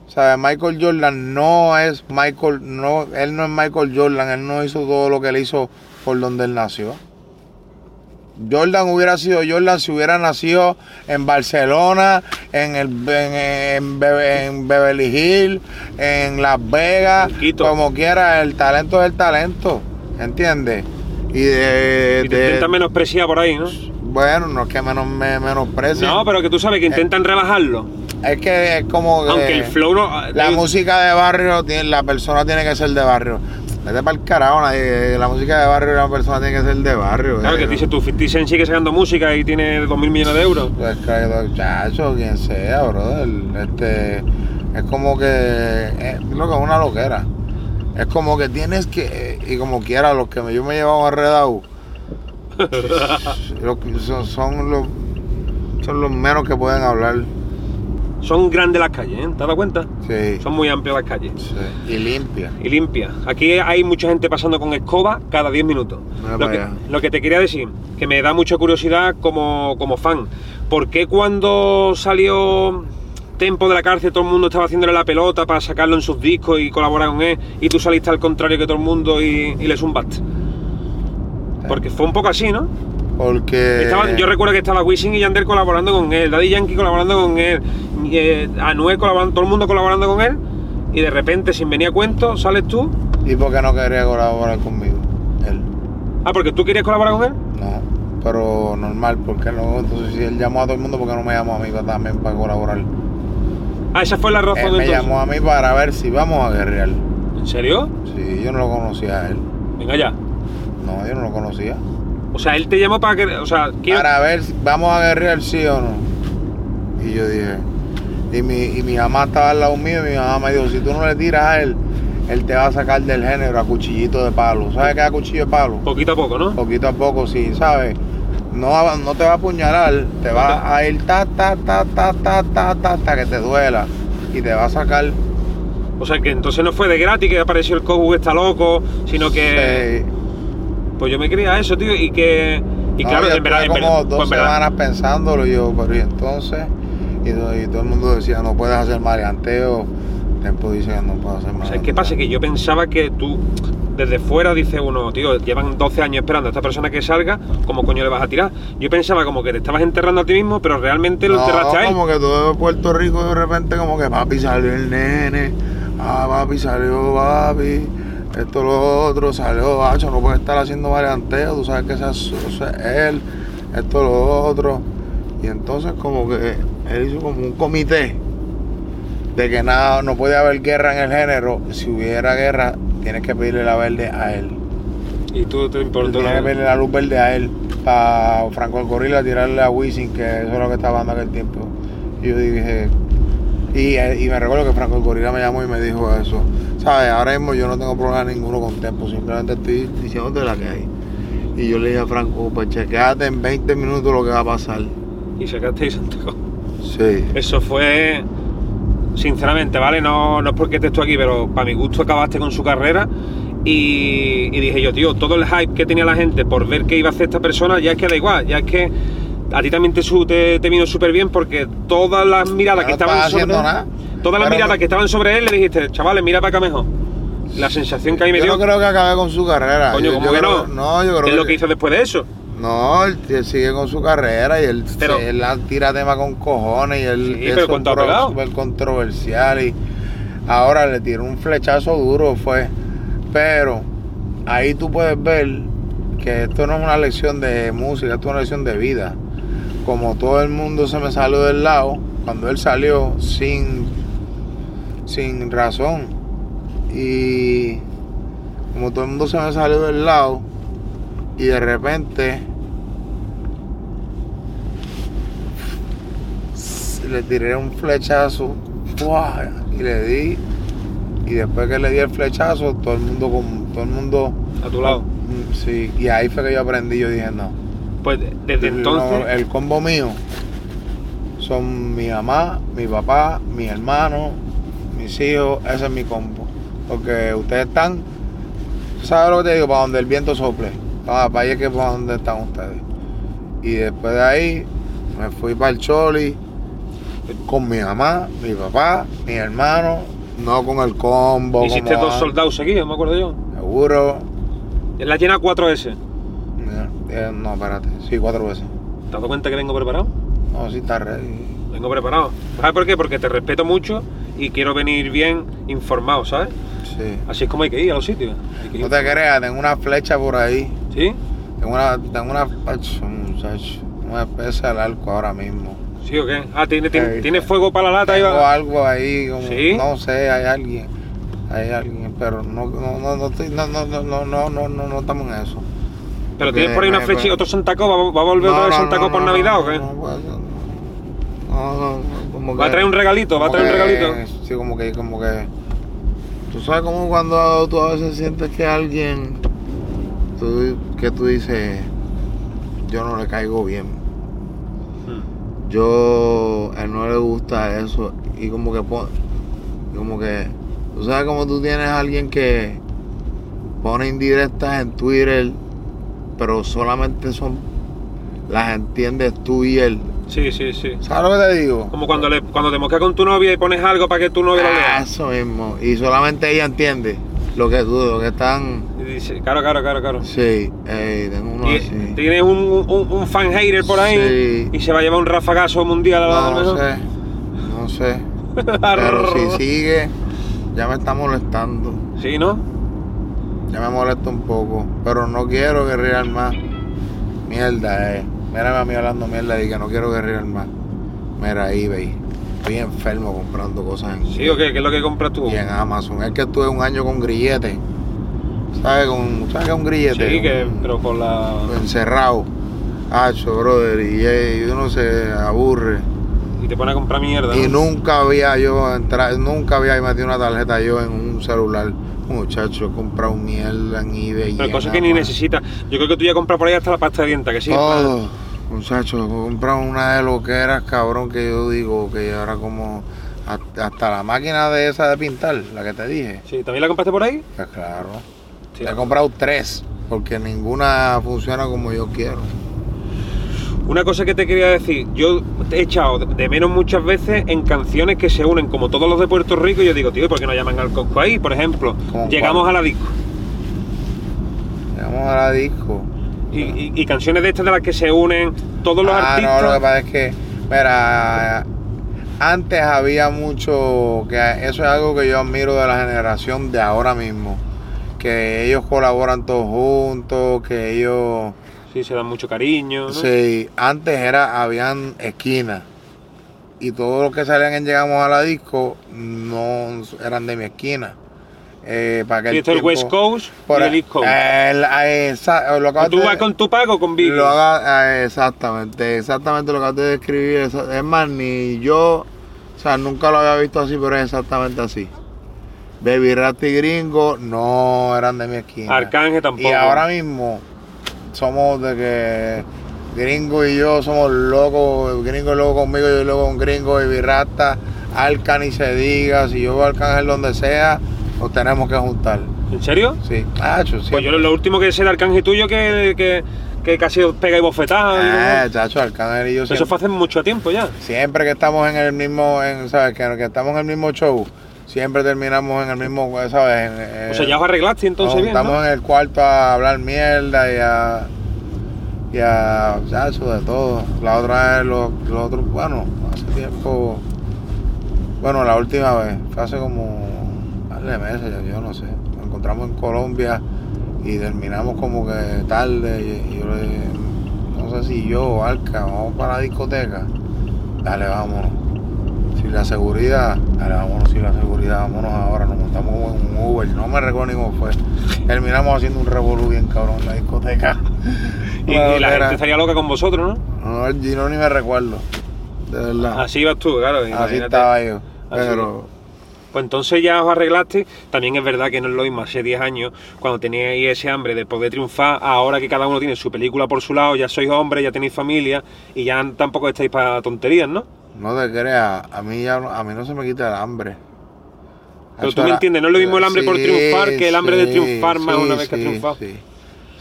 ¿sabes? Michael Jordan no es Michael, no, él no es Michael Jordan, él no hizo todo lo que él hizo por donde él nació. Jordan hubiera sido Jordan si hubiera nacido en Barcelona, en, el, en, en Be- en Beverly Hills, en Las Vegas, En Quito. como quiera, el talento es el talento, ¿entiendes? Y de, y te de- intentan menospreciar por ahí, ¿no? bueno, no es que menos me menosprecien. No, pero que tú sabes que intentan rebajarlo. Es que es como que Aunque el flow no. Eh, la eh, música de barrio, tiene- la persona tiene que ser de barrio. Vete para el carajo, nadie- la música de barrio, la persona tiene que ser de barrio. Claro, eh, que no- tú dices, tu 50 Cent sigue sacando música y tiene 2.000 millones de euros. Pues claro, chacho, quien sea, brother. Este, es como que. Es lo que es una loquera. Es como que tienes que. Y como quiera, los que me- yo me he llevado enredado. Lo- son, son los, son los menos que pueden hablar. Son grandes las calles, ¿eh? ¿Te has dado cuenta? Sí. Son muy amplias las calles. Sí, Y limpia. y limpia. Aquí hay mucha gente pasando con escoba cada 10 minutos. Mira Lo para que, allá. lo que te quería decir, que me da mucha curiosidad como, como fan, ¿por qué cuando salió Tempo de la cárcel todo el mundo estaba haciéndole la pelota para sacarlo en sus discos y colaborar con él y tú saliste al contrario que todo el mundo y, y le zumbaste? Porque fue un poco así, ¿no? Porque. Estaban- yo recuerdo que estaba Wisin y Yandel colaborando con él, Daddy Yankee colaborando con él, eh, Anuel colaborando, todo el mundo colaborando con él, y de repente, sin venir a cuento, sales tú ¿Y por qué no quería colaborar conmigo? Él. Ah, porque tú querías colaborar con él. No. Pero normal, porque no. Entonces, si él llamó a todo el mundo, ¿por qué no me llamó a mí pa- también para colaborar? Ah, esa fue la razón Él me entonces. llamó a mí para ver si vamos a guerrear. ¿En serio? Sí, yo no lo conocía a él. Venga ya. No, yo no lo conocía. O sea, él te llamó para que. O sea, quiero- Para ver si vamos a guerrear, sí o no. Y yo dije. Y mi, y mi mamá estaba al lado mío y mi mamá me dijo: si tú no le tiras a él, él te va a sacar del género a cuchillito de palo. ¿Sabes qué es a cuchillo de palo? poquito a poco, ¿no? poquito a poco, sí, ¿sabes? No, va- no te va a apuñalar, te va a ir ta, ta, ta, ta, ta, ta, ta, hasta que te duela. Y te va a sacar. O sea, que entonces no fue de gratis que apareció el Kogu que está loco, sino que. Sí. Pues yo me creía eso, tío, y que. Y No, claro, yo en verdad, en estuve verdad. como dos pues en verdad. semanas pensándolo, y yo, pero y entonces. Y, do- y todo el mundo decía, no puedes hacer maleanteo. Tiempo dice que no puedo hacer O maleanteo. sea, ¿qué pasa? Que yo pensaba que tú, desde fuera, dice uno, tío, llevan 12 años esperando a esta persona que salga, ¿cómo coño le vas a tirar? Yo pensaba como que te estabas enterrando a ti mismo, pero realmente lo No, enterraste a él. como que todo Puerto Rico de repente como que papi salió el nene, ah papi salió papi, esto lo otro, salió hacho, no puede estar haciendo varianteo, tú sabes que ese es, ese es él, esto lo otro. Y entonces como que él hizo como un comité de que nada, no puede haber guerra en el género, si hubiera guerra tienes que pedirle la verde a él. Y tú te importó Tiene que la... pedirle la luz verde a él para Franco el Gorila tirarle a Wisin, que eso es lo que estaba dando aquel tiempo. Y yo dije, y, y me recuerdo que Franco el Gorila me llamó y me dijo eso. ¿Sabes? Ahora mismo yo no tengo problema ninguno con Tempo, simplemente estoy diciéndote la que hay. Y yo le dije a Franco, pues chequeate en 20 minutos lo que va a pasar. Y sacaste y Santiago. Sí. Eso fue. Sinceramente, ¿vale? No, no es porque estés tú aquí, pero para mi gusto acabaste con su carrera. Y, y dije yo, tío, todo el hype que tenía la gente por ver que iba a hacer esta persona, ya es que da igual, ya es que a ti también te, su- te, te vino súper bien porque todas las miradas No que estaba estaban sobre haciendo él, nada. todas las Pero miradas no- que estaban sobre él, le dijiste, chavales, mira para acá mejor. La sensación que a mí me Yo dio, no creo que acabe con su carrera. coño, Yo- ¿cómo yo que creo- no? No, yo creo ¿Qué es lo que hizo después de eso? No, él, él sigue con su carrera y él, Pero- él la tira tema con cojones y él Sí, pero ¿cuánto ha pro- pegado? súper controversial y ahora le tiró un flechazo duro fue. Pero ahí tú puedes ver que esto no es una lección de música, esto es una lección de vida. Como todo el mundo se me salió del lado, cuando él salió sin, sin razón y como todo el mundo se me salió del lado y de repente le tiré un flechazo ¡buah! y le di y después que le di el flechazo todo el mundo con todo el mundo A tu lado. mm, sí y ahí fue que yo aprendí yo dije no Pues desde no, entonces. el combo mío son mi mamá, mi papá, mi hermano, mis hijos, ese es mi combo. Porque ustedes están, ¿sabes lo que te digo? Para donde el viento sople. Para, para ahí es que para donde están ustedes. Y después de ahí me fui para el Choli con mi mamá, mi papá, mi hermano, no con el combo. Hiciste como dos antes. soldados seguidos, me acuerdo yo. Seguro. Él la llena 4S. Eh, No, espérate. Sí, cuatro veces. ¿Te has dado cuenta que vengo preparado? No, sí está ready. Vengo preparado. ¿Sabes por qué? Porque te respeto mucho y quiero venir bien informado, ¿sabes? Sí. Así es como hay que ir a los sitios. Hay que ir. No te creas, tengo una flecha por ahí. ¿Sí? Tengo una, tengo una, ach, muchacho, una especie al arco ahora mismo. ¿Sí o qué? Ah, ¿tiene, tiene, Ahí tiene está. fuego para la lata? Tengo Iba? algo ahí, como, ¿Sí? no sé, hay alguien, hay alguien, pero no, no, no, no, estoy- no, no, no, no, no, no, no, no estamos en eso. Pero tienes por ahí Me- una me- flecha y otro Santaco. ¿Va, va a volver otra No, vez no, Santaco no, por no, Navidad no, o qué? No, pues, no, no, no, como Va a que- traer un regalito, va a como traer un que- regalito. Sí, como que, como que. Tú sabes como cuando tú a veces sientes que alguien. tú- que tú dices. yo no le caigo bien. Mm. Yo, a él no le gusta eso. Y como que, pon- como que, tú sabes como tú tienes a alguien que pone indirectas en Twitter, pero solamente son, las entiendes tú y él. Sí, sí, sí. ¿Sabes lo que te digo? Como cuando, le, cuando te moscas con tu novia y pones algo para que tu novia lo Ah, lea. eso mismo. Y solamente ella entiende lo que tú, lo que están. Y dice, claro, claro, claro, claro. Sí, ey, tengo uno Y así. tienes un, un- un fan hater por ahí Sí. y se va a llevar un rafagazo mundial a la Ah, No, no sé. No sé. Pero si sigue, ya me está molestando. Sí, ¿no? Ya me molesta un poco. Pero no quiero guerrear más. Mierda, eh. Mírame a mí hablando mierda y que no quiero guerrear más. Mira, eBay. Estoy enfermo comprando cosas en Sí, o qué, ¿Qué es lo que compras tú. y en Amazon. Es que estuve un año con grillete. ¿Sabes? Con, ¿Sabes qué es un grillete? Sí, que, Un- pero con la. encerrado. Hacho, brother, y, eh, y uno se aburre. Y te pone a comprar mierda. Y ¿no? nunca había yo entrado, nunca había metido una tarjeta yo en un celular. Muchacho, he comprado mierda en eBay. y Pero en cosas que ni Amazon. necesitas. Yo creo que tú ya compras por ahí hasta la pasta de dientes, que sí. Todo. Muchacho, he comprado una de loqueras, cabrón, que yo digo que ahora como hasta hasta la máquina de esa de pintar, la que te dije. Sí, ¿también la compraste por ahí? Pues claro. Sí. He comprado tres, porque ninguna funciona como yo quiero. Una cosa que te quería decir, yo he echado de menos muchas veces en canciones que se unen, como todos los de Puerto Rico, y yo digo, tío, ¿y ¿por qué no llaman al Cosco ahí? Por ejemplo, ¿Cómo llegamos cuál? a la disco. Vamos a la disco. Y, y- y canciones de estas de las que se unen todos los ah, artistas. No, lo que pasa es que, mira, antes había mucho, que eso es algo que yo admiro de la generación de ahora mismo, que ellos colaboran todos juntos, que ellos, Sí, se dan mucho cariño. ¿no? sí, antes era, habían esquinas. Y todos los que salían en Llegamos a la Disco no eran de mi esquina. Eh, para que Y esto es el West Coast y e el East Coast. lo acabas tú de- vas con tu pago con Vico. lo haga- eh, exactamente, exactamente lo que te describí. Es, es más, ni yo, o sea, nunca lo había visto así, pero es exactamente así. Baby Rat y Gringo no eran de mi esquina. Arcángel tampoco. Y ahora mismo somos de que Gringo y yo somos locos, Gringo es loco conmigo, yo loco con Gringo, Baby Rasta, Alcan y se diga, si yo veo a Arcángel donde sea, nos tenemos que juntar. ¿En serio? Sí, Hacho, Pues yo siempre. lo- lo último que sé de Arcángel tuyo que, que, que casi os pega y bofetada. Ah, digo, chacho, Arcángel y yo Eso siempre- fue hace mucho tiempo ya. Siempre que estamos en el mismo, en, ¿sabes? Que, que estamos en el mismo show, siempre terminamos en el mismo, ¿sabes? En- en- O sea, ya os arreglaste nos Pues entonces bien. ¿no? juntamos en el cuarto a hablar mierda y a. y a. chacho, de todo. La otra vez, los, los otros, bueno, hace tiempo. Bueno, la última vez, fue hace como. un par de meses, yo, yo no sé. Nos encontramos en Colombia y terminamos como que tarde. Y, y yo le dije, no sé si yo o Arca, vamos para la discoteca. Dale, vámonos. Si la seguridad, dale, vámonos, si la seguridad, vámonos ahora, nos montamos como en un Uber, no me recuerdo ni cómo fue. Terminamos haciendo un revolú bien cabrón en la discoteca. Y, Una y la loquera. gente estaría loca con vosotros, ¿no? No, yo ni me recuerdo, de verdad. Ah. Así, Así ibas tú, claro. Ah, imagínate. Ah, estaba yo, Así. pero Pues entonces ya os arreglaste. También es verdad que no es lo mismo hace 10 años, cuando teníais ese hambre de poder triunfar, ahora que cada uno tiene su película por su lado, ya sois hombres, ya tenéis familia y ya tampoco estáis para tonterías, ¿no? no te creas, a mí, ya, no- a mí no se me quita el hambre. Pero Eso tú me era- entiendes, no es lo mismo el hambre por triunfar que el hambre de triunfar más una vez que has sí, triunfado. Sí.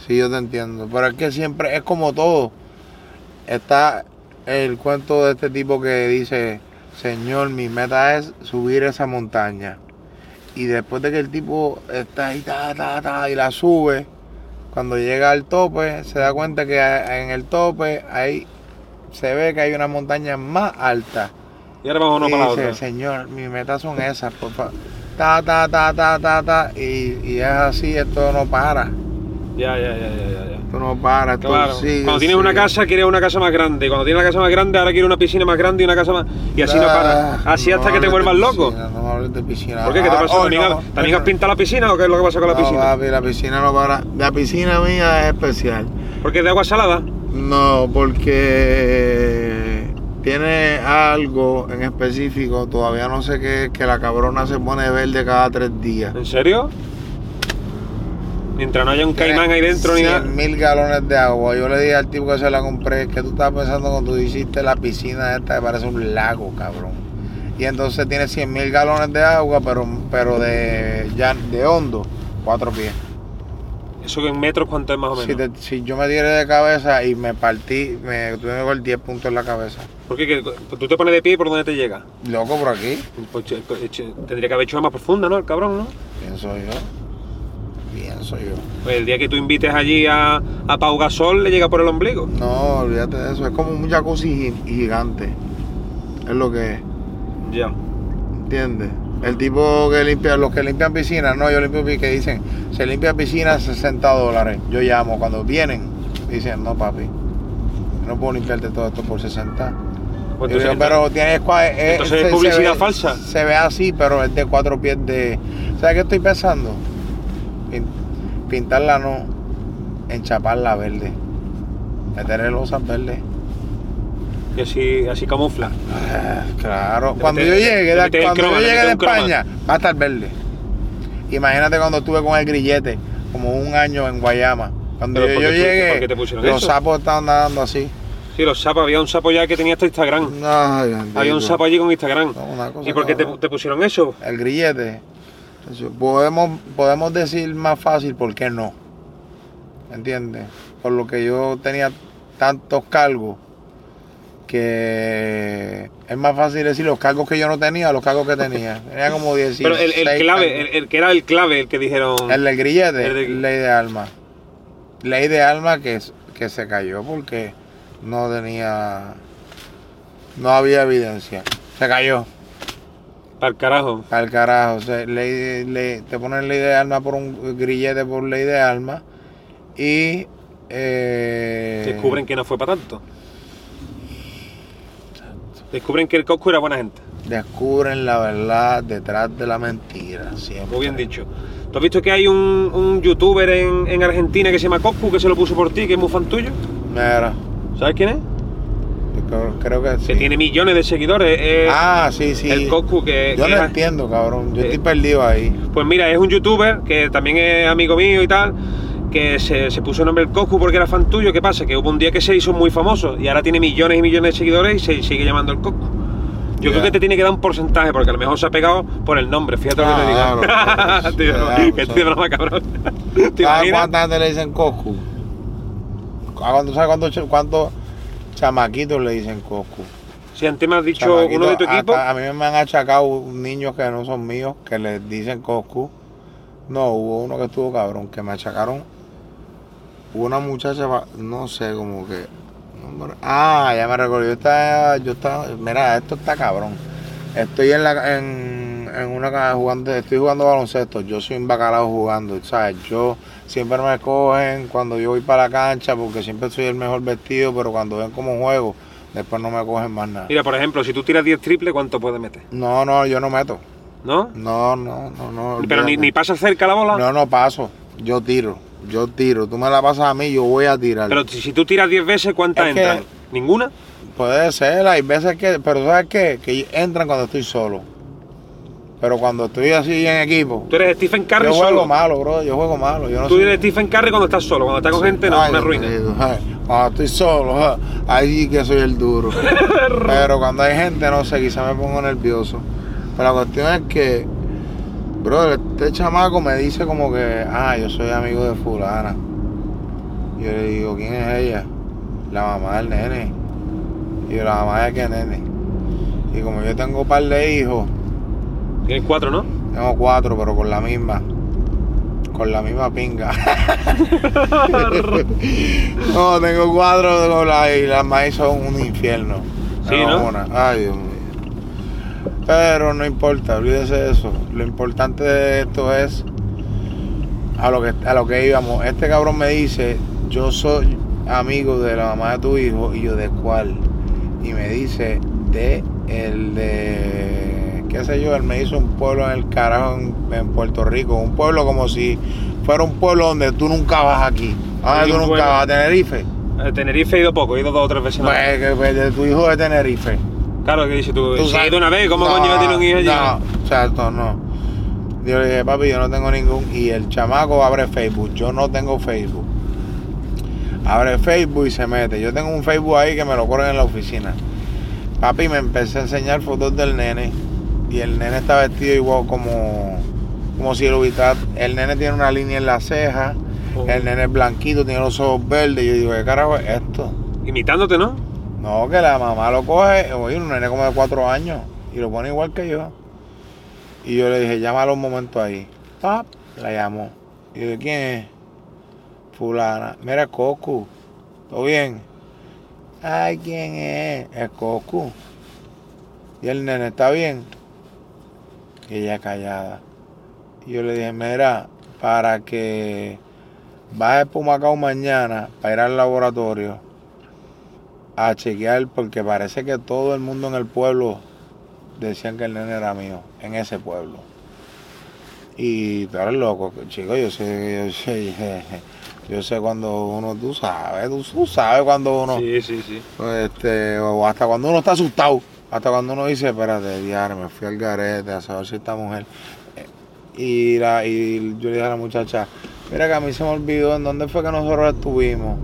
Sí, yo te entiendo. Pero es que siempre es como todo. Está el cuento de este tipo que dice, Señor, mi meta es subir esa montaña. Y después de que el tipo está ahí, ta, ta, ta, y la sube, cuando llega al tope, se da cuenta que en el tope ahí se ve que hay una montaña más alta. Y ahora vamos uno Y para la dice, otra. Señor, mis metas son esas, por favor. Ta, ta, ta, ta, ta, ta. Y, y es así, esto no para. Ya, ya, ya, ya, ya, ya. Esto no para, esto Claro. sigue, cuando tienes sigue. una casa, quieres una casa más grande. Cuando tienes la casa más grande, ahora quieres una piscina más grande y una casa más. Y así no Ah, paras. Así no hasta que te hables de vuelvas loco. piscina, no hables de piscina. ¿Por qué? ¿Qué te Ah, pasa? oh, ¿También, no, Ah, has, también no, has pintado la piscina o qué es lo que pasa con la no, piscina? papi, la piscina no para. La piscina mía es especial. Porque es de agua salada. No, porque tiene algo en específico, todavía no sé qué es, que la cabrona se pone verde cada tres días. ¿En serio? Mientras no haya un caimán ahí dentro ni nada. mil galones de agua. Yo le dije al tipo que se la compré, que tú estabas pensando cuando tú hiciste la piscina esta que parece un lago, cabrón. Y entonces tiene 100 mil galones de agua, pero, pero de, ya, de hondo, cuatro pies. Eso que en metros, ¿cuánto es más o menos? Si, te- si yo me tiré de cabeza y me partí, me tuve con 10 puntos en la cabeza. ¿Por qué? ¿Que ¿Tú te pones de pie y por dónde te llega? Loco por aquí, Pues, che, pues, che, tendría que haber hecho una más profunda, ¿no? El cabrón, ¿no? pienso yo. Pienso yo. Pues el día que tú invites allí a, a Pau Gasol, le llega por el ombligo. No, olvídate de eso. Es como un jacuzzi gi- gigante. Es lo que es. Ya. ¿Entiendes? El tipo que limpia, los que limpian piscinas, no, yo limpio pi- que dicen, se limpia piscina 60 dólares. Yo llamo, cuando vienen, dicen, no papi, yo no puedo limpiarte todo esto por 60. Pues Yo entonces- digo, Eh, pero tienes cua- eh, entonces es se- se publicidad ve- falsa. Se ve así, pero es de cuatro pies de. ¿Sabes qué estoy pensando? Pin- pintarla no, enchaparla verde. Meterle losas verdes. Y así, así camufla. Ah, Claro, Te cuando mete- yo te llegue, de- mete el cuando croma, yo te llegue mete de un croma. España, va a estar verde. Imagínate cuando estuve con el grillete, como un año en Guayama. Cuando Pero yo, ¿por qué tú- yo por qué llegué, te pusieron los eso? sapos estaban nadando así. Sí, los sapos. Había un sapo ya que tenía hasta Instagram. Ay, Había un bendito. sapo allí con Instagram. No, una cosa ¿Y por qué te, cabrón. te pusieron eso? El grillete. Entonces, podemos, podemos decir más fácil por qué no. ¿Me entiendes? Por lo que yo tenía tantos cargos que es más fácil decir los cargos que yo no tenía, los cargos que tenía. Tenía como 16. Pero el, el clave, el, el que era el clave, el que dijeron. El del grillete, El del- ley de alma. Ley de alma que, s- que se cayó porque no tenía. No había evidencia. Se cayó. Para el carajo. Al carajo, o sea, ley de- ley- te ponen ley de alma por un grillete por ley de alma y eh, Descubren que no fue para tanto. Descubren que el Coscu era buena gente. descubren la verdad detrás de la mentira. Siempre. Muy bien dicho. ¿Tú has visto que hay un, un youtuber en, en Argentina que se llama Coscu, que se lo puso por ti, que es muy fan tuyo? Mira, ¿Sabes quién es? yo creo, creo que sí. Que tiene millones de seguidores. es ah, sí, sí. El Coscu que... yo que no es- entiendo, cabrón. Yo Eh. estoy perdido ahí. Pues mira, es un youtuber que también es amigo mío y tal, que se, se puso el nombre el Coscu porque era fan tuyo. ¿Qué pasa? Que hubo un día que se hizo muy famoso y ahora tiene millones y millones de seguidores y se sigue llamando el Coscu. Yo Ya. creo que te tiene que dar un porcentaje porque a lo mejor se ha pegado por el nombre. Fíjate lo que Ah, te digo. claro, pues, Estoy de broma, claro, que estoy de broma, pues, Ah, cabrón. ¿Te ¿Sabes imaginas? cuánta gente le dicen Coscu? ¿A cuánto- ¿Sabes cuántos ch- cuántos chamaquitos le dicen Coscu? Si antes me has dicho Chamaquito, uno de tu hasta equipo, A mí me han achacado niños que no son míos, que les dicen Coscu. No, hubo uno que estuvo cabrón, que me achacaron. Hubo una muchacha, va- no sé, como que. no me re- Ah, ya me recuerdo. Yo estaba, yo estaba, mira, esto está cabrón. Estoy en la en, en una ca- jugando, estoy jugando baloncesto. Yo soy un bacalao jugando, ¿sabes? Yo siempre me cogen cuando yo voy para la cancha porque siempre soy el mejor vestido, pero cuando ven cómo juego, después no me cogen más nada. mira, por ejemplo, si tú tiras 10 triples, ¿cuánto puedes meter? No, no, yo no meto. ¿No? No, no, no, no. Pero ni, olvídate. ni pasas cerca la bola. No, no paso. Yo tiro. Yo tiro. Tú me la pasas a mí, yo voy a tirar. Pero si si tú tiras 10 veces, ¿cuántas Es que- entran? ¿Ninguna? Puede ser, hay veces que. Pero ¿sabes qué? Que entran cuando estoy solo. Pero cuando estoy así en equipo. Tú eres Stephen Curry Yo juego solo. malo, bro. Yo juego malo. Yo no Tú soy- eres Stephen Curry cuando estás solo, cuando estás con gente no, Ay, una ruina. Dios mío, ay, Cuando estoy solo, ja, ahí sí que soy el duro. Pero cuando hay gente, no sé, quizá me pongo nervioso. Pero la cuestión es que, bro, este chamaco me dice como que, ah, yo soy amigo de fulana. Yo le digo, ¿quién es ella? La mamá del nene. Y yo, la mamá de qué nene. Y como yo tengo un par de hijos, Tienes cuatro, ¿no? tengo cuatro, pero con la misma. Con la misma pinga. no, tengo cuatro con la, y las más son un infierno. Sí, Tengo ¿no? una. Ay, Dios mío. Pero no importa, olvídese de eso. Lo importante de esto es a lo que a lo que íbamos. Este cabrón me dice, yo soy amigo de la mamá de tu hijo y yo de cuál. Y me dice de el de qué sé yo, él me hizo un pueblo en el carajo en, en Puerto Rico, un pueblo como si fuera un pueblo donde tú nunca vas aquí. Ah, Sí, tú un nunca pueblo. vas a Tenerife. A Eh, Tenerife he ido poco, he ido dos o tres veces. nada más. Pues, que- pues, de tu hijo de Tenerife. Claro que dices tú, Tú si he sabes- ido una vez, ¿cómo No, coño tiene un hijo allí? No, exacto, no. Yo le dije, papi, yo no tengo ningún. Y el chamaco abre Facebook. Yo no tengo Facebook. Abre Facebook y se mete. Yo tengo un Facebook ahí que me lo corren en la oficina. Papi me empecé a enseñar fotos del nene. Y el nene está vestido igual como, como si lo hubiera. El nene tiene una línea en la ceja. Oh. El nene es blanquito, tiene los ojos verdes. Yo digo, ¿qué carajo es esto? Imitándote, ¿no? No, que la mamá lo coge, oye, un nene como de cuatro años, y lo pone igual que yo. Y yo le dije, llámalo un momento ahí. Pap, la llamó. Y yo dije, ¿quién es? Fulana. Mira, es Cocu. ¿Todo bien? Ay, ¿quién es? Es Cocu. Y el nene, ¿está bien? Y ella callada. Y yo le dije, mira, para que bajes Pumacao mañana para ir al laboratorio a chequear porque parece que todo el mundo en el pueblo decían que el nene era mío, en ese pueblo. Y tú eres loco, chico, yo sé, yo sé, yo sé cuando uno, tú sabes, tú, tú sabes cuando uno, Sí, sí, sí. este, o hasta cuando uno está asustado, hasta cuando uno dice, espérate, diario, me fui al garete a saber si esta mujer. Eh, Y, la, y yo le dije a la muchacha, mira que a mí se me olvidó en dónde fue que nosotros estuvimos.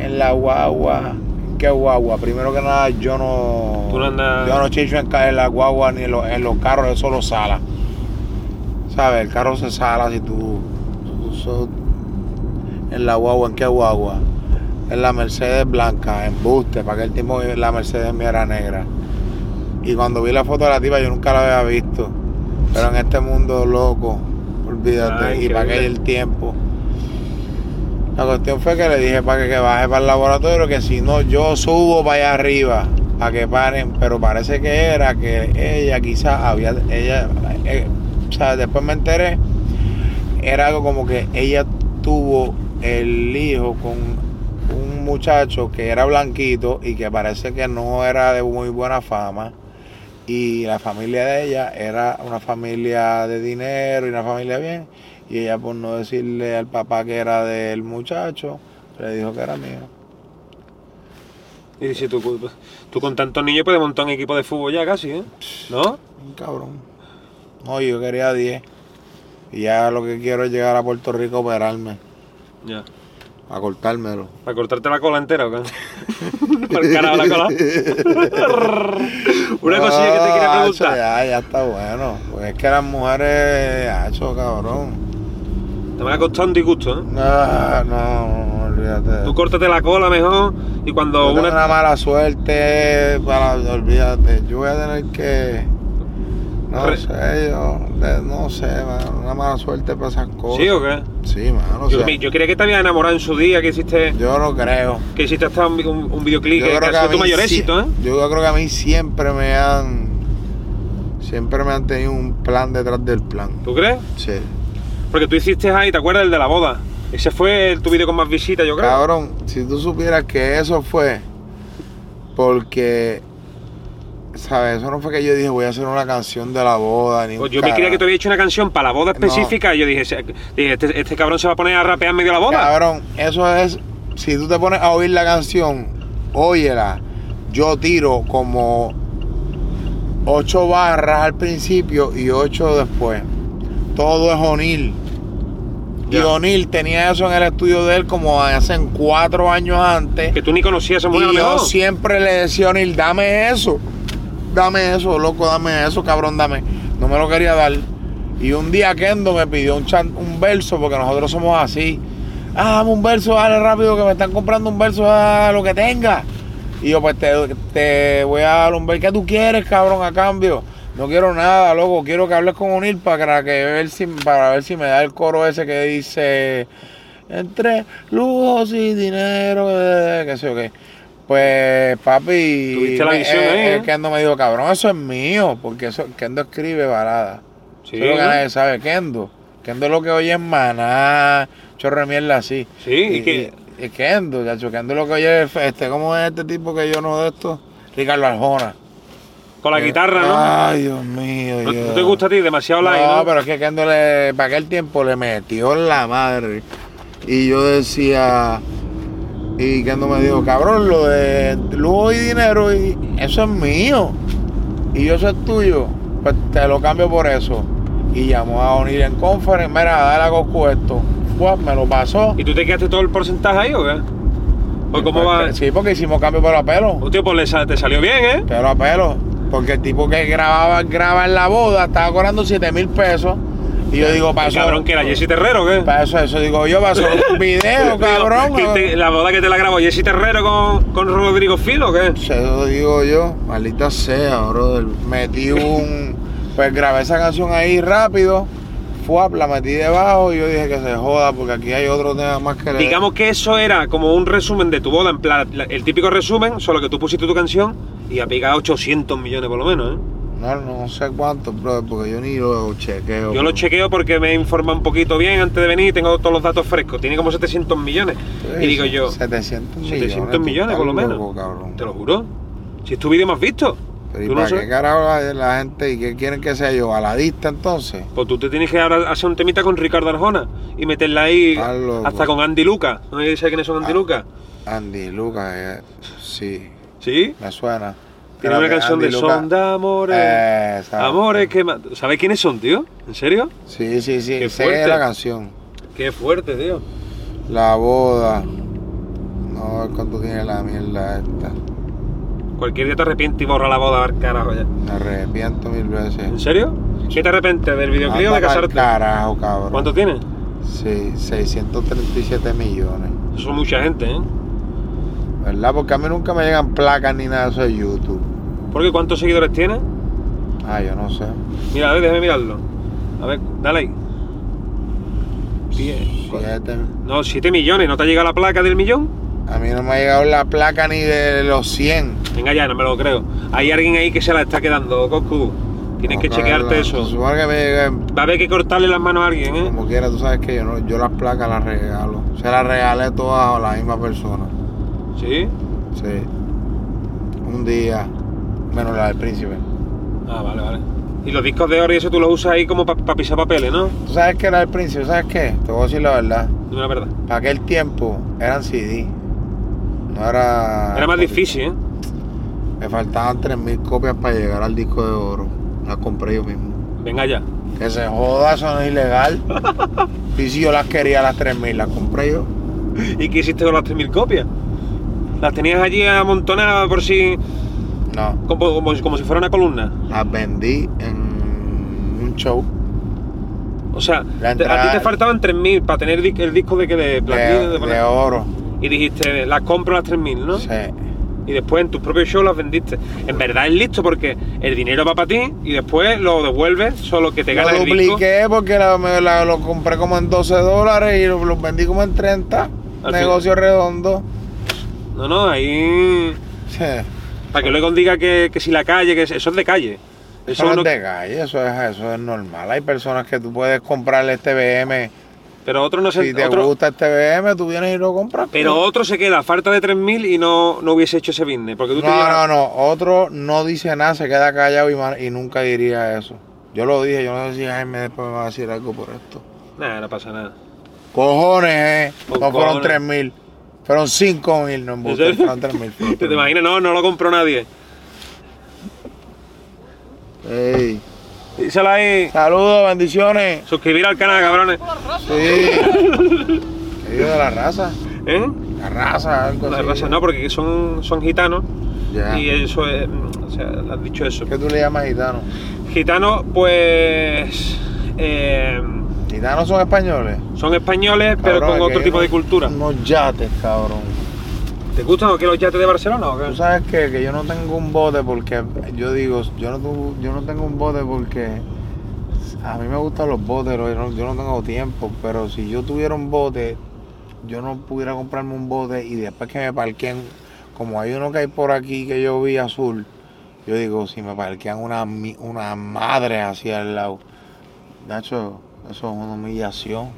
En la guagua. ¿En qué guagua? Primero que nada, yo no. Tú no andas- Yo no chicho en, ca- en la guagua ni en los, en los carros, eso lo sala. ¿Sabes? El carro se sala si tú. tú so- en la guagua, ¿en qué guagua? En la Mercedes blanca, en buste, para aquel tiempo la Mercedes mía era negra. Y cuando vi la foto de la tipa, yo nunca la había visto. Pero en este mundo loco, olvídate, Ah, y para increíble. aquel tiempo. La cuestión fue que le dije para que, que baje para el laboratorio, que si no, yo subo para allá arriba, para que paren. Pero parece que era que ella quizás había, ella, eh, o sea, después me enteré, era algo como que ella tuvo el hijo con un muchacho que era blanquito y que parece que no era de muy buena fama y la familia de ella era una familia de dinero y una familia bien. Y ella por no decirle al papá que era del muchacho, le dijo que era mío. Y si tú, pues, tú con tantos niños puedes montar un equipo de fútbol ya casi, ¿eh? ¿No? Un cabrón. No, yo quería 10. Y ya lo que quiero es llegar a Puerto Rico a operarme, Ya. a cortármelo. ¿Para cortarte la cola entera o qué? ¿Para el carajo la cola? Una cosilla que te quería Ah, preguntar. hacho, Ya, ya está bueno. Pues es que las mujeres, hacho, cabrón. Te me ha costado un disgusto, ¿eh? No, no, no, olvídate. de Tú córtate la cola mejor y cuando Yo tengo una... una mala suerte, para, olvídate, yo voy a tener que, no Re- sé, yo, de- no sé, mano, una mala suerte para esas cosas. ¿Sí o qué? Sí, mano, o yo, sea, me- yo creía que te habías enamorado en su día, que hiciste, yo no creo. que hiciste hasta un, un- un videoclip, Yo que, que ha sido tu mayor sí- éxito, ¿eh? yo creo que a mí siempre me han, siempre me han tenido un plan detrás del plan. ¿Tú crees? Sí. Porque tú hiciste ahí, ¿te acuerdas? El de la boda. Ese fue el- tu video con más visitas, yo creo. Cabrón, si tú supieras que eso fue porque, ¿sabes? Eso no fue que yo dije voy a hacer una canción de la boda ni un Pues yo me creía carajo. que tú habías hecho una canción para la boda específica y yo dije, "Se- dije, este, este cabrón se va a poner a rapear en medio de la boda. Cabrón, eso es. Si tú te pones a oír la canción, óyela. Yo tiro como ocho barras al principio y ocho después. Todo es O'Neill. Y Ya. O'Neill tenía eso en el estudio de él como hace cuatro años antes. Que tú ni conocías a esa mujer, a Y lo yo mejor. siempre le decía a O'Neill, dame eso. Dame eso, loco, dame eso, cabrón, dame. No me lo quería dar. Y un día Kendo me pidió un, chan- un verso, porque nosotros somos así. Ah, dame un verso, dale rápido, que me están comprando un verso, a lo que tenga. Y yo, pues te, te voy a dar un verso. ¿Qué tú quieres, cabrón, a cambio? No quiero nada, loco. Quiero que hables con O'Neill para, que ver si, para ver si me da el coro ese que dice entre lujos y dinero, eh, qué sé yo qué. Pues, papi, Tuviste la me- visión eh, ahí, eh, ¿eh? Kendo me dijo, cabrón, eso es mío, porque eso, Kendo escribe balada. Sí, Eso es lo que ¿eh? nadie sabe, Kendo. Kendo lo que oye es maná, chorro de mierda así. Sí, ¿y qué? y- y Kendo, chacho, Kendo lo que oye es, este, ¿cómo es este tipo que yo no de esto? Ricardo Arjona. Con la guitarra, ¿no? Ay, Dios mío. ¿No, yo- no te gusta a ti? Demasiado live, no, ¿no? pero es que Kendo le, para aquel tiempo le metió en la madre. Y yo decía, y Kendo me dijo, cabrón, lo de lujo y dinero, y eso es mío. Y yo eso es tuyo. Pues te lo cambio por eso. y llamó a O'Neill en conference, mira, dale a Goku esto. Guau, me lo pasó. ¿Y tú te quedaste todo el porcentaje ahí o qué? ¿O cómo va? Pues, Sí, porque hicimos cambio pelo a pelo. Hostia, pues le sa- te salió bien, ¿eh? Pelo a pelo. Porque el tipo que grababa, graba en la boda estaba cobrando 7 mil pesos. Y yo digo, El pasó. cabrón que era Jesse Terrero, ¿qué? Para eso, eso digo yo, pasó un video, Digo, cabrón. que te- la boda que te la grabó Jesse Terrero con, con Rodrigo Filo, ¿qué? Eso digo yo, maldita sea, brother. Metí un. Pues grabé esa canción ahí rápido, fuap, la metí debajo y yo dije que se joda porque aquí hay otro tema más que le- Digamos que eso era como un resumen de tu boda, en plan, la- el típico resumen, solo que tú pusiste tu canción y ha pegado 800 millones por lo menos, ¿eh? No, no sé cuánto, brother, porque yo ni lo chequeo. Yo lo chequeo porque me informa un poquito bien antes de venir y tengo todos los datos frescos. Tiene como 700 millones. Entonces, Y digo yo, 700 millones. 700 tú millones por lo estás menos. loco, cabrón. Te lo juro. Si es tu vídeo más visto. Pero ¿y Tú no para sabes. qué carajo la, la gente y qué quieren que sea yo? ¿A la dista entonces? Pues tú te tienes que ahora hacer un temita con Ricardo Arjona y meterla ahí Estás loco. hasta con Andy Luca. ¿No sabes quiénes son Andy Ah. Luca? Andy Lucas, eh, sí, ¿Sí? me suena. Tiene Creo una que canción Andy de Lucas- Sonda, amores. Eh, exacto. amores, que ma- ¿Sabes quiénes son, tío? ¿En serio? Sí, sí, Qué sí, sé fuerte. la canción. Qué fuerte, tío. La boda. No, a ver cuánto tiene la mierda esta. Cualquier día te arrepientes y borra la boda, al carajo ya. Me arrepiento mil ¿En veces. serio? ¿Qué te arrepientes del videoclip o de Anda pa'l casarte? Carajo, cabrón. ¿Cuánto tienes? Sí, 637 millones. Eso son mucha gente, ¿eh? ¿Verdad? Porque a mí nunca me llegan placas ni nada de eso de YouTube. Porque ¿cuántos seguidores tiene? Ah, yo no sé. Mira, a ver, déjame mirarlo. A ver, dale ahí. Diez. Siete- No, 7 millones, ¿no te ha llegado la placa del millón? A mí no me ha llegado la placa ni de los 100. Venga ya, no me lo creo. Hay alguien ahí que se la está quedando, Coscu. Tienes No, que cabrón, chequearte se eso. supone que me lleguen. Va a haber que cortarle las manos a alguien, ¿eh? Como quiera, tú sabes que yo, no, yo las placas las regalo. Se las regalé todas a la misma persona. ¿Sí? Sí. Un día. Menos la del príncipe. Ah, vale, vale. Y los discos de oro y eso tú los usas ahí como para pisar papeles, ¿no? ¿Tú sabes qué era el príncipe? ¿Sabes qué? Te voy a decir la verdad. Dime la verdad. Para aquel tiempo eran CD. No era. Era más difícil, ¿eh? Me faltaban 3.000 copias para llegar al disco de oro. Las compré yo mismo. Venga ya. Que se joda, eso no es ilegal. y si yo las quería las 3.000, las compré yo. ¿Y qué hiciste con las 3.000 copias? ¿Las tenías allí amontonadas por si... No. como- como- como si fuera una columna? Las vendí en un show. O sea, La te- a entrada- ti te faltaban 3.000 para tener di- el disco de que de De, platino. de- de oro. y dijiste, las compro las 3.000, ¿no? Sí. Y después en tus propios shows las vendiste. En verdad es listo porque el dinero va para ti y después lo devuelves, solo que te Lo gana el disco. dupliqué porque la- me- la- lo compré como en 12 dólares y lo- los vendí como en 30. Al Negocio redondo. No, no, ahí. Para que luego diga que, que si la calle, que eso es de calle. Eso Eso no no- es de calle, eso es, eso es normal. Hay personas que tú puedes comprarle este BM. Pero otro no se. Si te otro- gusta este BM, tú vienes y lo compras. pero otro se queda a falta de 3.000 y no, no hubiese hecho ese business. Porque tú No, no, no. Otro no dice nada, se queda callado y, ma- y nunca diría eso. Yo lo dije, yo no sé si Jaime después me va a decir algo por esto. Nada, no pasa nada. Cojones, eh. Con no fueron cojones. 3 mil. Fueron 5 mil, no ¿En embuste, serio? fueron 3 mil. fueron ¿Te 3.000. imaginas? No, no lo compró nadie. Ey. Díselo ahí. Saludos, bendiciones. Suscribir al canal, cabrones. Sí. Querido de la raza. ¿Eh? La raza, algo La así. raza no, porque son, son gitanos. Ya. Y eso es. mm, O sea, has dicho eso. ¿Qué tú le llamas gitano? Gitanos, pues. eh, ¿Gitanos son españoles? son españoles, pero Cabrón, con aquí otro hay tipo de unos- cultura. Unos yates, cabrón. ¿Te gustan o qué los yates de Barcelona o Tú qué? sabes qué? que yo no tengo un bote porque yo digo, yo no, tu- yo no tengo un bote porque a mí me gustan los botes, pero yo no, yo no tengo tiempo. Pero si yo tuviera un bote, yo no pudiera comprarme un bote y después que me parquen, como hay uno que hay por aquí que yo vi azul, yo digo, si me parquean una, mi- una madre hacia el lado, Nacho, eso es una humillación.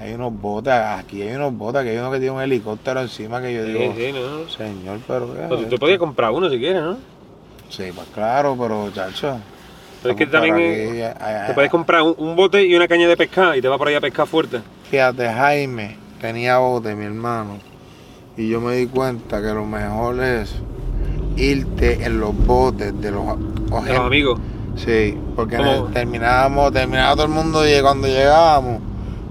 Hay unos botes, aquí hay unos botes, que hay uno que tiene un helicóptero encima que yo digo. Sí, sí, ¿no? Señor, pero ¿qué? Pues tú te podías comprar uno si quieres, ¿no? Sí, pues claro, pero chacho. Pero es que estamos también por eh, aquí, ay, ay, te puedes comprar un, un bote y una caña de pescar y te vas por ahí a pescar fuerte. Fíjate, Jaime tenía bote, mi hermano. Y yo me di cuenta que lo mejor es irte en los botes de los, De los amigos. Sí, porque en Como- el- terminábamos, terminaba todo el mundo y cuando llegábamos,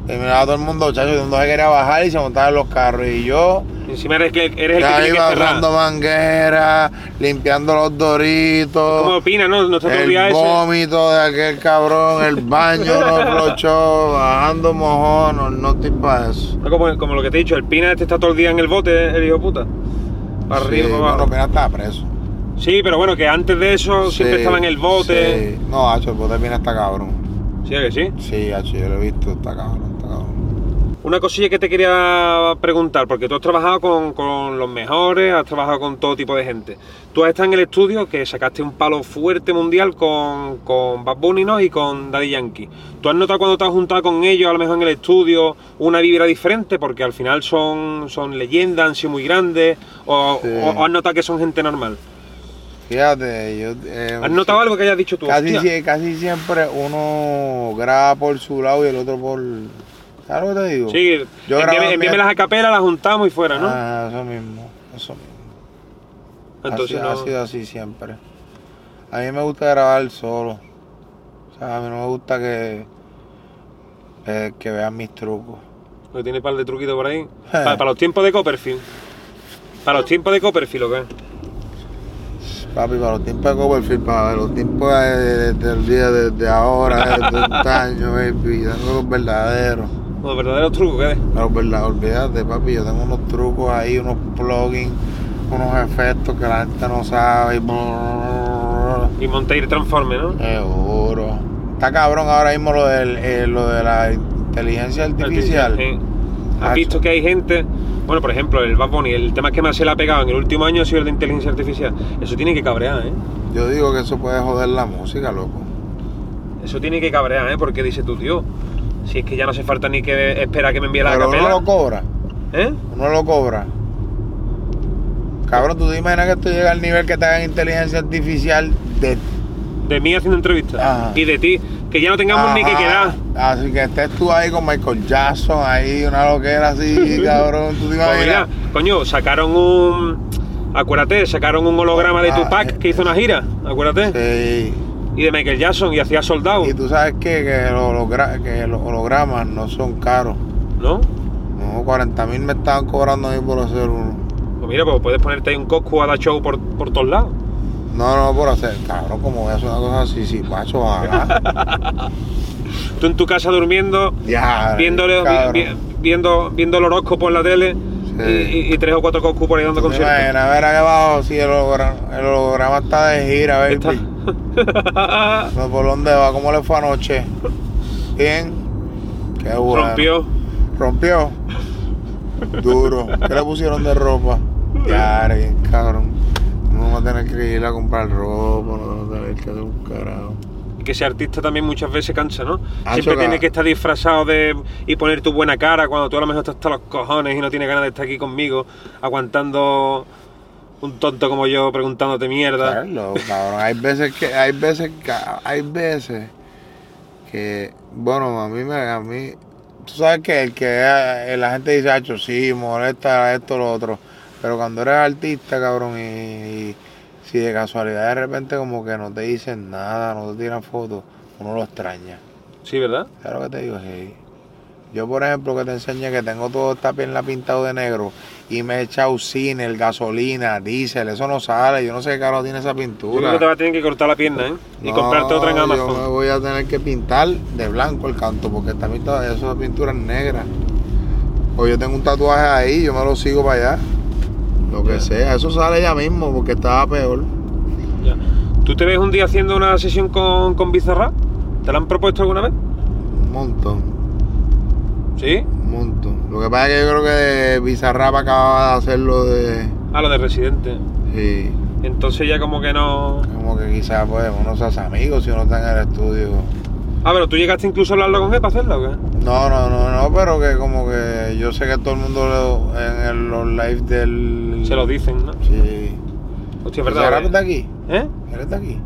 terminaba todo el mundo, chacho, todo el mundo se quería bajar y se montaban los carros. Y yo, Encima eres, que, eres el que ya tiene que iba cerrar. abriendo mangueras, limpiando los ¿Cómo doritos, opina, no? Nuestro otro día el ese. vómito de aquel cabrón, el baño no flochó, bajando mojón, no, no estoy para eso. No, Como, como lo que te he dicho, el Pina este está todo el día en el bote, el hijo puta. Para arriba, sí, para abajo. bueno, Pina estaba preso. Sí, pero bueno, que antes de eso siempre Sí, estaba en el bote. sí. No, hacho, el bote Pina está cabrón. Sí, ¿a que sí. Sí, hacho, yo lo he visto, está cabrón, está cabrón. Una cosilla que te quería preguntar, porque tú has trabajado con, con los mejores, has trabajado con todo tipo de gente. Tú has estado en el estudio que sacaste un palo fuerte mundial con, con Bad Bunny ¿no? y con Daddy Yankee. ¿Tú has notado cuando te has juntado con ellos, a lo mejor en el estudio, una vibra diferente? Porque al final son, son leyendas, han sido muy grandes, o, Sí. o- o has notado que son gente normal. Fíjate, yo... eh, ¿Has notado algo que hayas dicho tú? Casi, "Hostia"? sie- casi siempre uno graba por su lado y el otro por. ¿Sabes lo que te digo? Sí, Yo grababa envíame, mi- envíame las acapelas, las juntamos y fuera, ¿no? Ah, eso mismo, eso mismo. Entonces Así- no- Ha sido así siempre. A mí me gusta grabar solo. O sea, a mí no me gusta que, eh, que vean mis trucos. Porque tiene par de truquitos por Eh. ahí. Pa- Para, los tiempos de Copperfield. Para los tiempos de Copperfield, ¿o qué? Papi, para los tiempos de Copperfield, para los tiempos de- de- del día, desde ahora, desde antaño, baby, tengo los verdaderos. Los verdaderos trucos, ¿qué? Pero verdad, olvídate, papi, yo tengo unos trucos ahí, unos plugins, unos efectos que la gente no sabe. y brrrr. Y Monteir transforme, ¿no? Seguro. Está cabrón ahora mismo lo, del, eh, lo de la inteligencia artificial. Sí. eh, Has Ah, visto sí. que hay gente. Bueno, por ejemplo, el Bad Bunny, el tema que más se le ha pegado en el último año ha sido el de inteligencia artificial. Eso tiene que cabrear, ¿eh? Yo digo que eso puede joder la música, loco. Eso tiene que cabrear, ¿eh? Porque dice tú, tío, si es que ya no hace falta ni que espera que me envíe la Pero uno acapela. lo cobra, ¿Eh? uno lo cobra. Cabrón, ¿tú te imaginas que esto llega al nivel que te hagan inteligencia artificial de De mí haciendo entrevistas. Ajá. Y de ti, que ya no tengamos ni que Ah. Ajá. quedar. Así que estés tú ahí con Michael Jackson, ahí una loquera así, cabrón. Tú te Pues mira, imaginas. coño, sacaron un. Acuérdate, sacaron un holograma de Ah, Tupac eh, que hizo una gira, acuérdate. Sí. Y de Michael Jackson y hacía soldado, Y tú sabes qué? que, los hologra- que los hologramas no son caros. ¿no? No, 40 mil me estaban cobrando a mí por hacer uno. Pues mira, pues puedes ponerte ahí un Coscu a dar show por, por todos lados. No, no, por hacer. Cabrón, como voy a hacer una cosa así, sí, ah, macho, ojalá. Tú en tu casa durmiendo, Ya, viéndole- cabrón. vi- vi- viendo, viendo el horóscopo en la tele y, y- y tres o cuatro Coscu por ahí dando ¿Tú te conciertos. imaginas? a ver aquí abajo si el holograma, el holograma está de gira, a ver. Está- No, ¿Por dónde va? ¿Cómo le fue anoche? Bien. Qué bueno. Rompió. Rompió. Duro. ¿Qué le pusieron de ropa? Ya, bien, cabrón. No vamos a tener que ir a comprar ropa, no vamos a tener que hacer un carajo. Y Que ese artista también muchas veces cansa, ¿no? Ah, Siempre choca. tiene que estar disfrazado de y poner tu buena cara cuando tú a lo mejor estás hasta los cojones y no tienes ganas de estar aquí conmigo, aguantando un tonto como yo preguntándote mierda. Claro, cabrón. Hay veces que, hay veces que, hay veces que, bueno, a mí me, a mí, tú sabes que el que, eh, la gente dice, hacho, sí, molesta esto, lo otro. Pero cuando eres artista, cabrón, y, y si de casualidad de repente como que no te dicen nada, no te tiran fotos, uno lo extraña. Sí, ¿verdad? Claro que te digo, sí. Yo, por ejemplo, que te enseñé que tengo todo esta pierna pintado de negro y me he echado cine, el gasolina, diésel, eso no sale. Yo no sé qué caro tiene esa Yo creo que te pintura. vas a tener que cortar la pierna, ¿eh? Y No, comprarte otra en Yo me Amazon. voy a tener que pintar de blanco el canto porque también toda esa pintura es negra. O yo tengo un tatuaje ahí, yo me lo sigo para allá. Lo que Ya. sea, eso sale ya mismo porque estaba peor. Ya. ¿Tú te ves un día haciendo una sesión con, con Bizarrap? ¿Te la han propuesto alguna vez? Un montón, Sí. un montón. Lo que pasa es que yo creo que Bizarrap acaba de hacerlo de. A lo de Residente. Sí. Entonces ya como que no... Como que quizás pues uno se hace amigos si uno está en el estudio. Ah, pero tú llegaste incluso a hablarlo con él para hacerlo, ¿o qué? No, no, no, no, pero que como que yo sé que todo el mundo lo- en el- los live del. Se lo dicen, ¿no? Sí. Pues, Hostia, es ¿Ese verdad. rap está ¿eh? aquí? ¿Eh? ¿Él está aquí?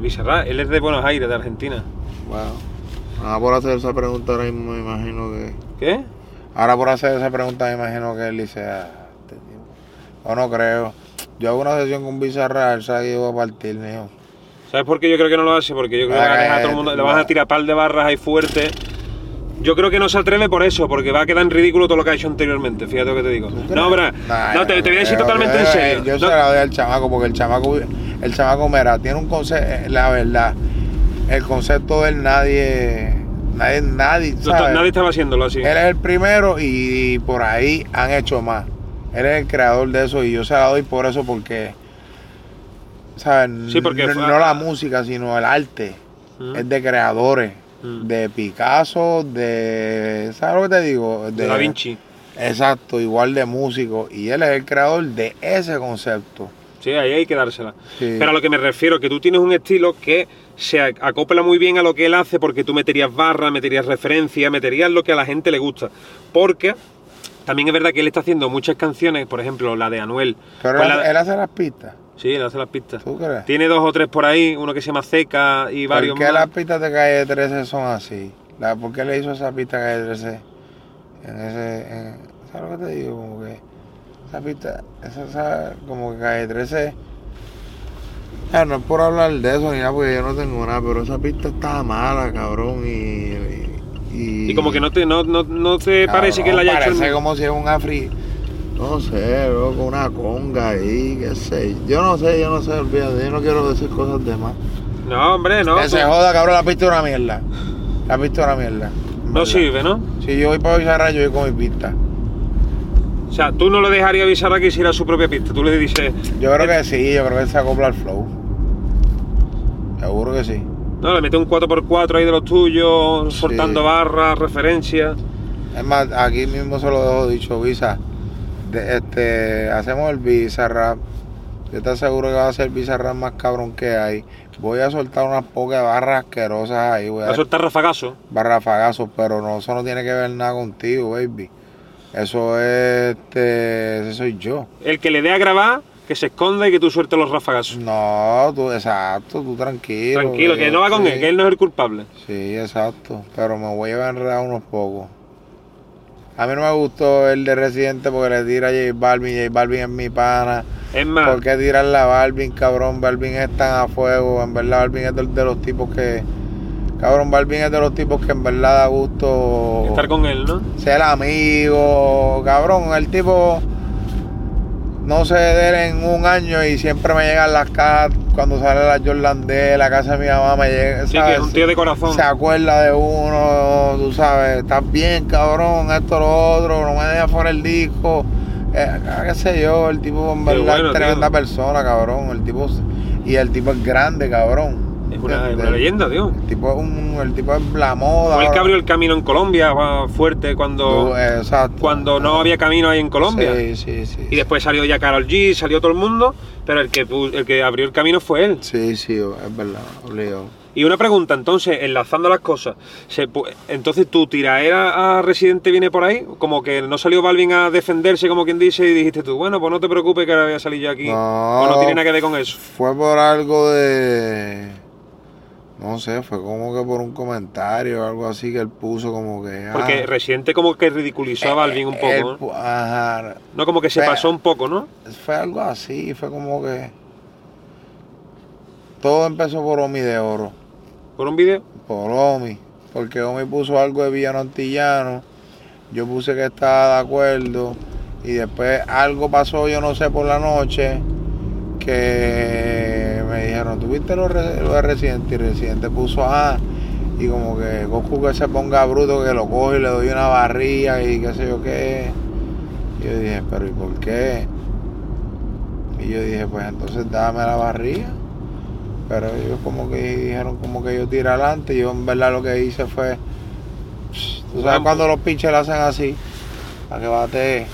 Bizarrap, él es de Buenos Aires, de Argentina. Wow. Ahora por hacer esa pregunta ahora mismo me imagino que. ¿Qué? Ahora por hacer esa pregunta me imagino que él dice. "Ah, este tipo". O no creo. Yo hago una sesión con Bizarra, él sabe que yo voy a partir, mijo. ¿Sabes por qué yo creo que no lo hace? Porque yo creo que Ah, va a dejar a eh, todo el mundo, le no. vas a tirar par de barras ahí fuerte. Yo creo que no se atreve por eso, porque va a quedar en ridículo todo lo que ha hecho anteriormente, fíjate lo que te digo. No, verá, Nah, no, te, te voy a decir creo totalmente que- en serio. Yo No, se la doy al chamaco porque el chamaco, el chamaco, mira, tiene un concepto, la verdad, el concepto de él nadie, nadie, nadie, no, ¿sabes? nadie estaba haciéndolo así. Él es el primero y, por ahí han hecho más. Él es el creador de eso y yo se la doy por eso porque, ¿sabes? Sí, porque no, fue- no la música, sino el arte. Ujú. Es de creadores. Mm. De Picasso, de... ¿Sabes lo que te digo? De Da Vinci. Exacto, igual de músico. Y él es el creador de ese concepto. Sí, ahí hay que dársela. Sí. Pero a lo que me refiero, que tú tienes un estilo que se ac- acopla muy bien a lo que él hace porque tú meterías barra, meterías referencia, meterías lo que a la gente le gusta. Porque también es verdad que él está haciendo muchas canciones, por ejemplo, la de Anuel. Pero Pues él, la- él hace las pistas. Sí, él hace las pistas. ¿Tú crees? Tiene dos o tres por ahí, uno que se llama Ceca y varios ¿Por qué más. las pistas de Calle 13 son así? La- ¿Por qué le hizo esa pista a Calle 13? En ese, en- ¿Sabes lo que te digo? Como que esa pista, esa, esa- como que Calle 13... Ah, no es por hablar de eso ni nada, porque yo no tengo nada, pero esa pista estaba mala, cabrón, y... Y, Y como que no te, no, no, no te parece que él Cabrón, haya hecho el- Ah, Parece como si es un afri... No sé, loco, una conga ahí, qué sé. Yo no sé, yo no sé, olvídate, yo no quiero decir cosas de más. No, hombre, no. que se tú- joda, cabrón, la pista es una mierda. La pista es una mierda. No ¿Verdad? sirve, ¿no? Si yo voy para Bizarra, yo voy con mi pista. O sea, tú no lo dejarías avisar a que hiciera su propia pista. Tú le dices, Yo creo que sí, yo creo que se acopla al flow. Seguro que sí. No, le mete un 4x4 ahí de los tuyos, Sí. soltando barras, referencias. Es más, aquí mismo se lo dejo dicho, Visa. De- este, hacemos el Visa Rap. Yo te aseguro que va a ser el Visa Rap más cabrón que hay. Voy a soltar unas pocas barras asquerosas ahí, voy a Va a soltar rafagazo. barrafagazos, pero no, eso no tiene que ver nada contigo, baby. Eso es, este, ese soy yo. El que le dé a grabar, que se esconda y que tú sueltes los rafagazos. No, tú, exacto, tú tranquilo. Tranquilo, que no va con sí. él, que él no es el culpable. Sí, exacto, pero me voy a enredar unos pocos. A mí no me gustó el de Residente porque le tira a J Balvin, J Balvin es mi pana. Es más, ¿Por qué tirarle a Balvin, cabrón? Balvin es tan a fuego, en verdad Balvin es de, de los tipos que... Cabrón, Balvin es de los tipos que en verdad da gusto estar con él, ¿no? ser amigo, cabrón, el tipo no se de él en un año y siempre me llegan las cajas cuando sale la Jordan de la casa de mi mamá me llega, Sí, que es un tío de se, corazón. acuerda de uno, tú sabes, estás bien cabrón, esto lo otro, no me dejas fuera el disco, eh, qué sé yo, el tipo en Qué verdad bueno, es tremenda tío. persona, cabrón, el tipo y el tipo es grande, cabrón. Es una, es ¿Entiendes? una leyenda, tío. El tipo es un, el tipo es la moda. Fue el que bro. abrió el camino en Colombia va, fuerte cuando, Tú, eh, exacto. cuando no había camino ahí en Colombia. Sí, sí, sí. Y después salió ya Carol G, salió todo el mundo, pero el que, pu- el que abrió el camino fue él. Sí, sí, es verdad, obligado. Y una pregunta, entonces, enlazando las cosas, ¿se pu- entonces tu tiraera a Residente viene por ahí, como que no salió Balvin a defenderse, como quien dice, y dijiste tú, bueno, pues no te preocupes que ahora voy a salir yo aquí, No. o no tiene nada que ver con eso. Fue por algo de. No sé, fue como que por un comentario o algo así que él puso como que. ah, Porque Residente como que ridiculizó a Balvin un él poco, ¿no? pu- Ajá. No, como que se Eh, Pero- pasó un poco, ¿no? Fue algo así, fue como que. Todo empezó por Omi de Oro. Por un vídeo. por Omi, porque Omi puso algo de Villano Antillano, yo puse que estaba de acuerdo, y después algo pasó, yo no sé, por la noche, que me dijeron, ¿tuviste lo, re- lo de Residente? Y Residente puso, ah, y como que Goku que se ponga bruto, que lo coge y le doy una barriga y qué sé yo qué. Y yo dije, pero ¿y por qué? Y yo dije, pues entonces dame la barriga. Pero ellos como que dijeron como que yo tira adelante. Yo en verdad lo que hice fue. Tú sabes cuando los pinches le hacen así. A que bate.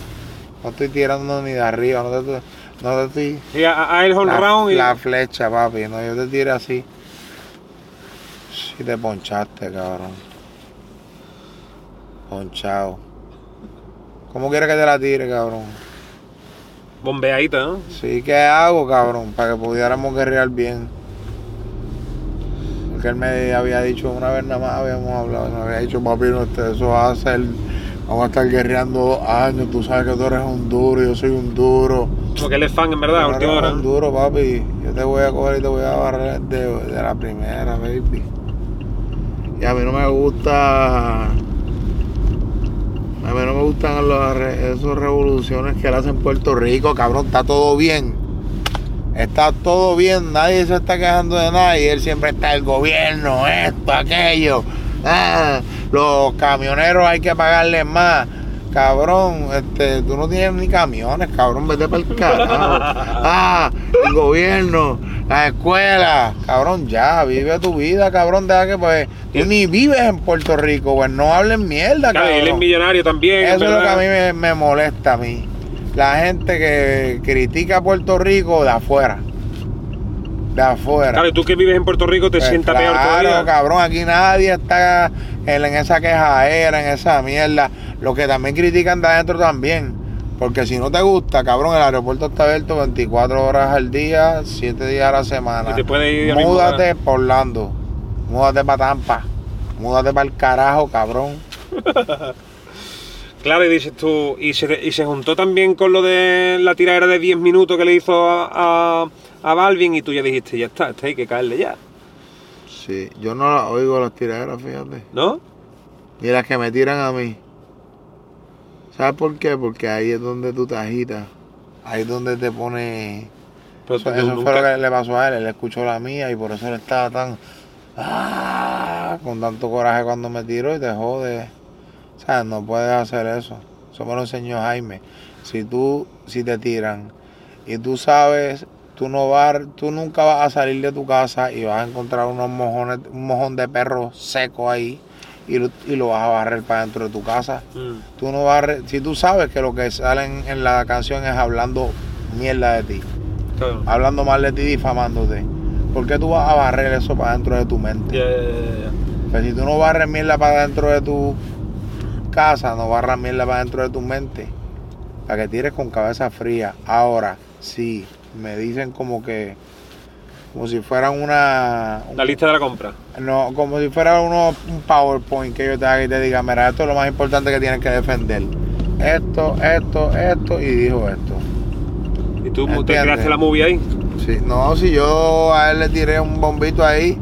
No estoy tirando ni de arriba, no te, no te estoy. Y a, a él home La, round y... la flecha, papi. No, yo te tiré así. Y te ponchaste, cabrón. Ponchado. ¿Cómo quieres que te la tire, cabrón? Bombeadita, ¿no? Sí, ¿qué hago, cabrón? Para que pudiéramos guerrear bien. Porque él me había dicho una vez nada más, habíamos hablado, me había dicho, papi, no, usted, eso este, va a ser Vamos a estar guerreando dos años. Tú sabes que tú eres un duro, yo soy un duro. Porque él es fan, en verdad, Tú a última eres hora. un duro, papi. Yo te voy a coger y te voy a barrer de, de la primera, baby. Y a mí no me gusta. A mí no me gustan los re- esos revoluciones que él hace en Puerto Rico, cabrón. Está todo bien. Está todo bien, nadie se está quejando de nada y él siempre está el gobierno, esto, aquello. Ah, los camioneros hay que pagarles más. Cabrón, este, tú no tienes ni camiones, cabrón, vete para el carajo. Ah, el gobierno, la escuela, cabrón, ya, vive tu vida, cabrón, deja que pues, tú ni vives en Puerto Rico, pues no hablen mierda, Claro, cabrón. él es millonario también. en Eso es lo que verdad. a mí me, me molesta a mí. La gente que critica a Puerto Rico de afuera. De afuera. Claro, y tú que vives en Puerto Rico te Pues sienta claro, peor todavía. cabrón, aquí nadie está en, en esa quejadera, en esa mierda. Lo que también critican de adentro también. Porque si no te gusta, cabrón, el aeropuerto está abierto 24 horas al día, 7 días a la semana. Y te puedes ir al mismo Múdate lugar. para Orlando. Múdate para Tampa. Múdate para el carajo, cabrón. Claro, y dices tú, y se, y se juntó también con lo de la tiradera de 10 minutos que le hizo a, a, a Balvin y tú ya dijiste, ya está, este hay que caerle ya, Sí, yo no la oigo las tiraderas, fíjate. ¿no? Ni las que me tiran a mí. ¿Sabes por qué? Porque ahí es donde tú te agitas. Ahí es donde te pones... Pero Eso, tú eso fue nunca- lo que le pasó a él, él escuchó la mía y por eso él estaba tan. "Ah", con tanto coraje cuando me tiró y te jode. O sea, no puedes hacer eso. Eso me lo enseñó Jaime. Si tú, si te tiran y tú sabes, tú no vas, tú nunca vas a salir de tu casa y vas a encontrar unos mojones, un mojón de perro seco ahí y lo, y lo vas a barrer para dentro de tu casa. Mm. Tú no vas a re- si tú sabes que lo que salen en la canción es hablando mierda de ti Claro. hablando mal de ti, difamándote. ¿Por qué tú vas a barrer eso para dentro de tu mente? Ya, ya, ya, ya. Pues si tú no barres mierda para dentro de tu casa, no barras mierda para dentro de tu mente. Para que tires con cabeza fría. Ahora, sí, me dicen como que. Como si fueran una. La lista de la compra. No, como si fuera uno, un PowerPoint que yo te haga y te diga, mira, esto es lo más importante que tienes que defender. Esto, esto, esto, y dijo esto. Y tú te Entiende. creaste la movie ahí. Sí, no, si yo a él le tiré un bombito ahí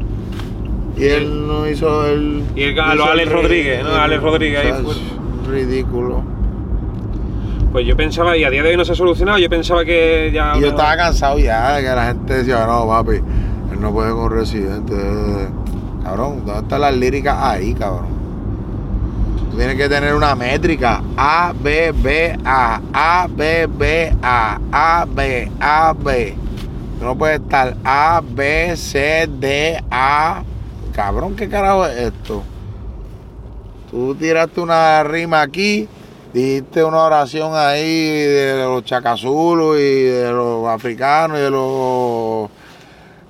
y él no hizo el. Y el- a lo hizo el Alex ri- Rodríguez, ¿no? el- Alex Rodríguez ahí o sea, fue. es Ridículo. Pues yo pensaba, y a día de hoy no se ha solucionado, yo pensaba que ya... Y yo estaba cansado ya de que la gente decía, no, papi, él no puede con residente. eh". Cabrón, ¿dónde están las líricas ahí, cabrón? Tú tienes que tener una métrica. A, B, B, A, A, B, B, A, A, B, A, B. Tú no puedes estar A, B, C, D, A. Cabrón, ¿qué carajo es esto? Tú tiraste una rima aquí, dijiste una oración ahí de los chacazulos y de los africanos y de los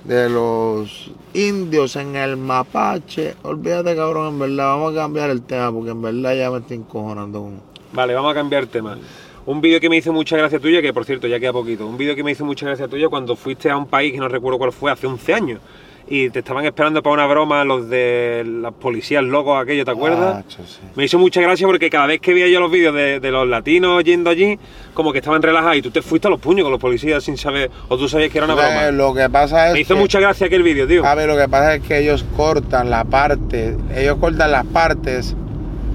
de los indios en el mapache. Olvídate, cabrón, en verdad, vamos a cambiar el tema porque en verdad ya me estoy encojonando. con- Vale, vamos a cambiar tema. Un vídeo que me hizo mucha gracia tuya, que por cierto ya queda poquito, un vídeo que me hizo mucha gracia tuya cuando fuiste a un país que no recuerdo cuál fue, hace 11 años, y te estaban esperando para una broma los de las policías locos aquello, ¿te acuerdas? Macho, sí. Me hizo mucha gracia porque cada vez que veía yo los vídeos de, de los latinos yendo allí, como que estaban relajados y tú te fuiste a los puños con los policías sin saber, o tú sabías que era una Entonces, broma. Lo Ah, que pasa es Me hizo que- mucha gracia aquel vídeo, tío. A ver, lo que pasa es que ellos cortan la parte, ellos cortan las partes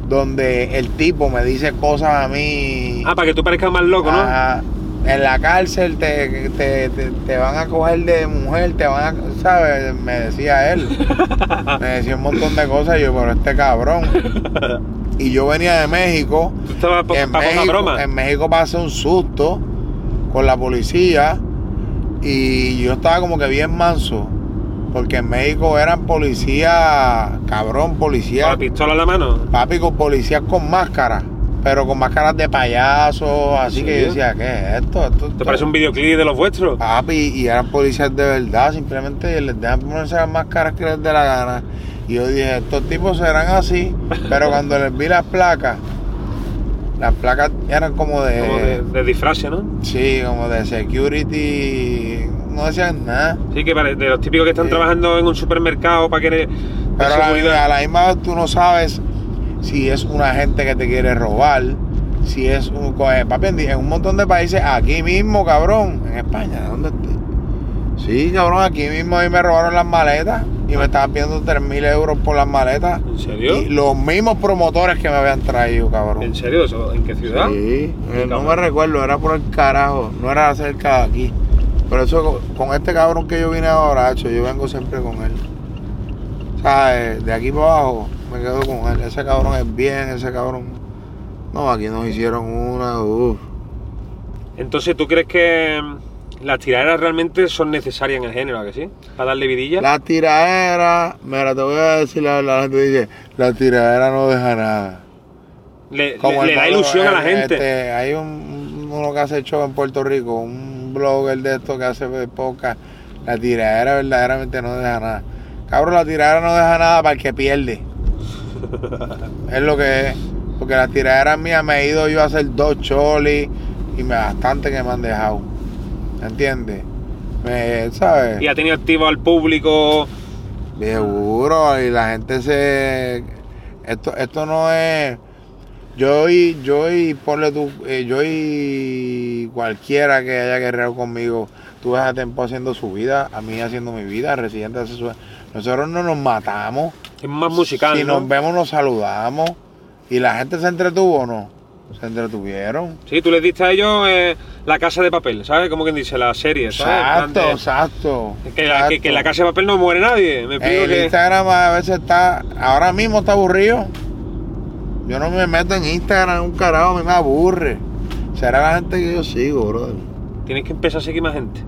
donde el tipo me dice cosas a mí. Ah, para que tú parezcas más loco, ¿no? Ajá. Ah, En la cárcel te, te, te- te van a coger de mujer, te van a. ¿Sabes? Me decía él. me decía un montón de cosas y yo, pero este cabrón. Y yo venía de México. Tú estabas para En poca México, broma. en México pasé un susto con la policía y yo estaba como que bien manso. Porque en México eran policías, cabrón, Con policías, la pistola en la mano. papi, con policías con máscaras, pero con máscaras de payaso, así que serio? yo decía, ¿qué es esto? Esto- ¿Te esto- parece un videoclip de los vuestros? Papi, y eran policías de verdad, simplemente les dejan ponerse las máscaras que les dé la gana. Y yo dije, estos tipos serán así, pero cuando les vi las placas, las placas eran como de, Como de, de disfraces, ¿no? sí, como de security, no decían nada. Sí, que pare- de los típicos que están Sí. trabajando en un supermercado para que... de Pero a la, seguridad. a la misma vez tú no sabes si es una gente que te quiere robar, si es un coge, papi, en, en un montón de países, aquí mismo, cabrón, en España, ¿dónde te- Sí, cabrón, aquí mismo ahí me robaron las maletas y me estaban pidiendo 3 mil euros por las maletas. ¿En serio? Y los mismos promotores que me habían traído, cabrón. ¿En serio? ¿Eso? ¿En qué ciudad? Sí, eh, no Cabrón. me recuerdo, era por el carajo, no era cerca de aquí. Pero eso, con, con este cabrón que yo vine ahora, hacho, yo vengo siempre con él. O sea, eh, de aquí para abajo me quedo con él. Ese cabrón es bien, ese cabrón. No, aquí nos hicieron una, uff. Entonces, ¿tú crees que mm, las tiraderas realmente son necesarias en el género, a que sí? Para darle vidilla. La tiradera, mira, te voy a decir la verdad, la gente dice, la tiradera no deja nada. le Como le- le el da blog, ilusión a la eh, gente. este, hay un, uno que hace show en Puerto Rico, un blogger de esto que hace poca. La tiradera verdaderamente no deja nada. Cabrón, la tiradera no deja nada para el que pierde. es lo que es. Porque las tiraderas mías me he ido yo a hacer dos cholis y me bastante que me han dejado. ¿Entiendes? Me, ¿Sabes? Y ha tenido activo al público. Seguro, y la gente se. Esto, esto no es. Yo y, yo y ponle tú, eh, yo y cualquiera que haya guerreado conmigo, tú ves a Tempo haciendo su vida, a mí haciendo mi vida, Residente hace su Nosotros no nos matamos, Es más musical, si ¿no? nos vemos nos saludamos, y la gente se entretuvo o no, se entretuvieron. Sí, tú les diste a ellos eh, la casa de papel, ¿sabes? Como quien dice, la serie, ¿sabes? En plan Exacto, de- exacto. Que, la, que- que en la exacto. casa de papel no muere nadie. Me pido Eh, El que... Instagram a veces está, ahora mismo está aburrido. Yo no me meto en Instagram, un carajo, a mí me aburre. Será la gente que yo sigo, brother. Tienes que empezar a seguir más gente.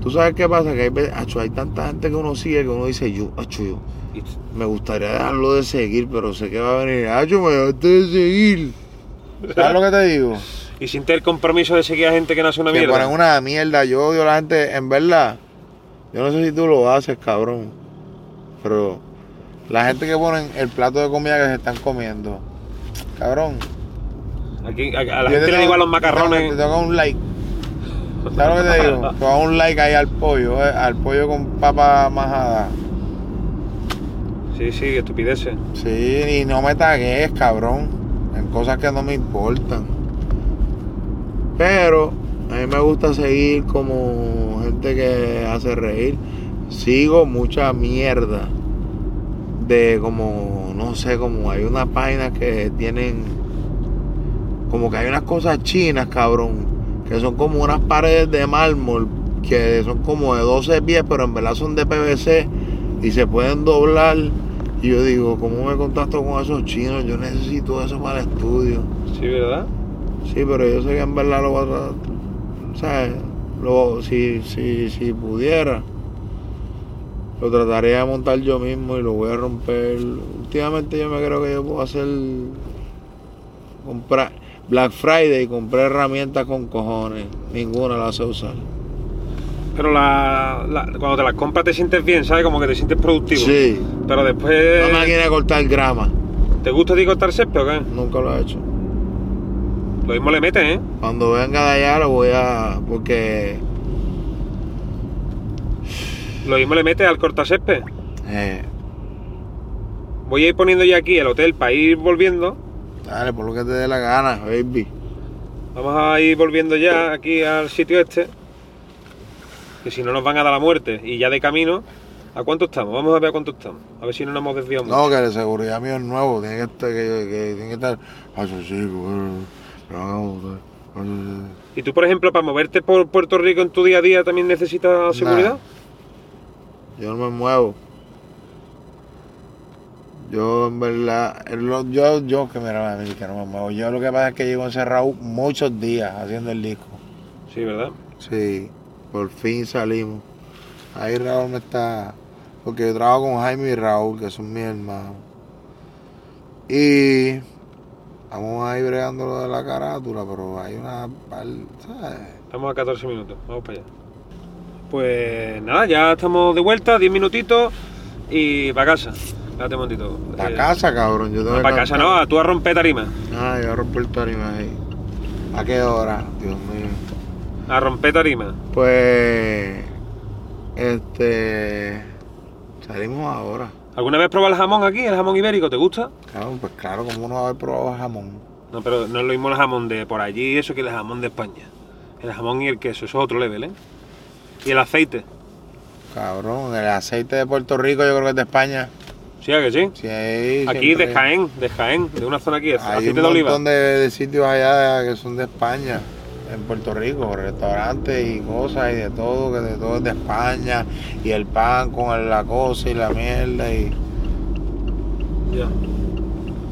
Tú sabes qué pasa, que hay, ve- acho, hay tanta gente que uno sigue que uno dice, yo, acho, yo, Y- me gustaría dejarlo de seguir, pero sé que va a venir, acho, me dejaste de seguir. ¿Sabes lo que te digo? Y sin tener compromiso de seguir a gente que no hace una Que mierda. ponen una mierda, yo odio a la gente, en verdad, yo no sé si tú lo haces, cabrón, pero la gente que ponen el plato de comida que se están comiendo, cabrón. Aquí, a, a la yo te gente le tengo- digo a los Te macarrones. tengo, te tengo un like. ¿Sabes lo que te digo? Te hago un like ahí al pollo, eh, al pollo con papa majada. Sí, sí, estupideces. Sí, y no me tagues, cabrón, en cosas que no me importan. Pero a mí me gusta seguir como gente que hace reír. Sigo mucha mierda de como, no sé, como hay unas páginas que tienen, como que hay unas cosas chinas, cabrón, que son como unas paredes de mármol, que son como de 12 pies, pero en verdad son de PVC y se pueden doblar. Y yo digo, ¿cómo me contacto con esos chinos? Yo necesito eso para el estudio. Sí, ¿verdad? Sí, pero yo sé que en verdad lo voy a tratar. ¿Sabes? Lo, si, si, si pudiera, lo trataría de montar yo mismo y lo voy a romper. Últimamente yo me creo que yo puedo hacer. Comprar. Black Friday y compré herramientas con cojones. Ninguna la sé usar. Pero la, la- cuando te las compras te sientes bien, ¿sabes? Como que te sientes productivo. Sí. Pero Una después. máquina de cortar grama. ¿Te gusta a ti cortar césped o qué? Nunca lo he hecho. Lo mismo le meten, ¿eh? Cuando venga de allá lo voy a. porque. Lo mismo le metes al cortar césped. eh, Voy a ir poniendo ya aquí el hotel para ir volviendo. dale, por lo que te dé la gana, baby. Vamos a ir volviendo ya aquí al sitio este. Que si no nos van a dar la muerte. Y ya de camino. ¿A cuánto estamos? Vamos a ver a cuánto estamos. A ver si no nos hemos desviado mucho. No, que de seguridad mío es nuevo, tiene que estar, que, que- tiene que estar. Ah, sí, sí, bueno, pero vamos, eh, bueno, eh. ¿Y tú, por ejemplo, para moverte por Puerto Rico en tu día a día también necesitas seguridad? Yo no me muevo. Yo, en verdad, el- lo- yo, yo que mira, mí que no me muevo. Yo lo que pasa es que llevo encerrado muchos días haciendo el disco. Sí, ¿verdad? Sí, por fin salimos. Ahí Raúl me está. Porque yo trabajo con Jaime y Raúl, que son mis hermanos. Y vamos a ir bregando lo de la carátula, pero hay una par- ¿sabes? Estamos a 14 minutos. Vamos para allá. Pues nada, ya estamos de vuelta. 10 minutitos. Y para casa. Espérate un momentito. La Eh, casa, cabrón. Yo tengo No, que para casa no, cantar. a tú a romper tarima. Ah, yo rompo el tarima ahí. ¿A qué hora? Dios mío. A romper tarima. Pues. Este. Salimos ahora. ¿Alguna vez probado el jamón aquí, el jamón ibérico? ¿Te gusta? Claro, pues claro, como uno va a haber probado jamón. No, pero no es lo mismo el jamón de por allí eso que el jamón de España. El jamón y el queso, eso es otro level, ¿eh? Y el aceite. Cabrón, el aceite de Puerto Rico yo creo que es de España. ¿Sí a que sí? Sí, ahí Aquí siempre- de Jaén, de Jaén, de una zona aquí, es Hay un aceite de oliva. montón de, de sitios allá que son de España, en Puerto Rico, restaurantes y cosas y de todo, que de todo es de España, y el pan con el- la cosa y la mierda, y Ya.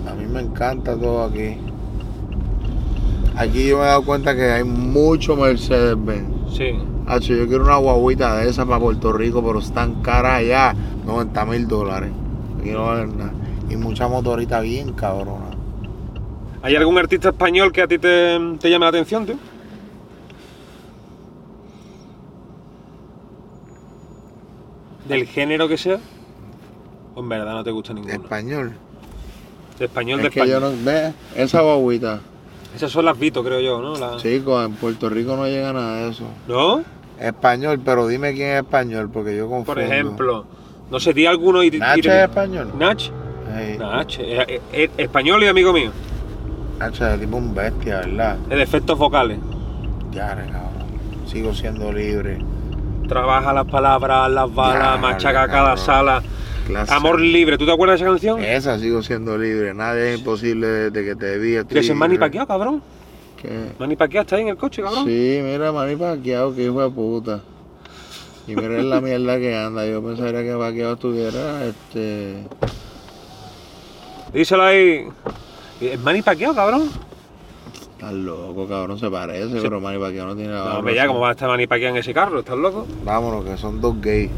a mí me encanta todo aquí. Aquí yo me he dado cuenta que hay mucho Mercedes-Benz. Sí. Hacho, yo quiero una guaguita de esa para Puerto Rico, pero están caras allá, 90 mil dólares. Aquí no valen nada. Y mucha motorita bien cabrona. ¿Hay algún artista español que a ti te, te llame la atención, tío? ¿Del género que sea? O en verdad no te gusta ninguno. Español. De español, de Es que yo español. no. ¿Ves? Esa guaguita. Esas son las Vito, creo yo, ¿no? Las- Chicos, en Puerto Rico no llega nada de eso. ¿No? Español, pero dime quién es español, porque yo confundo. Por ejemplo, no sé, di alguno y... ¿Nacho es español? ¿Nach? Sí. Nach, eh, eh, eh, español y amigo mío. Nacho es tipo un bestia, ¿verdad? De defectos vocales. Ya, re, cabrón. Sigo siendo libre. Trabaja las palabras, las balas, Ya, machaca cabrón. cada sala. Clase. Amor libre, ¿tú te acuerdas de esa canción? Esa sigo siendo libre. Nadie es imposible desde que te vi. estoy Que ese es Manny libre. Pacquiao, cabrón. ¿Qué? Manny Pacquiao está ahí en el coche, cabrón. Sí, mira, Manny Pacquiao, que hijo de puta. Y mira la mierda que anda. Yo pensaría que Pacquiao estuviera, este... Díselo ahí. ¿Es Manny Pacquiao, cabrón? Estás loco, cabrón, se parece, pero Manny Pacquiao no tiene la No, barba hombre, ya, así. ¿cómo va a estar Manny Pacquiao en ese carro? ¿Estás loco? Vámonos, que son dos gays.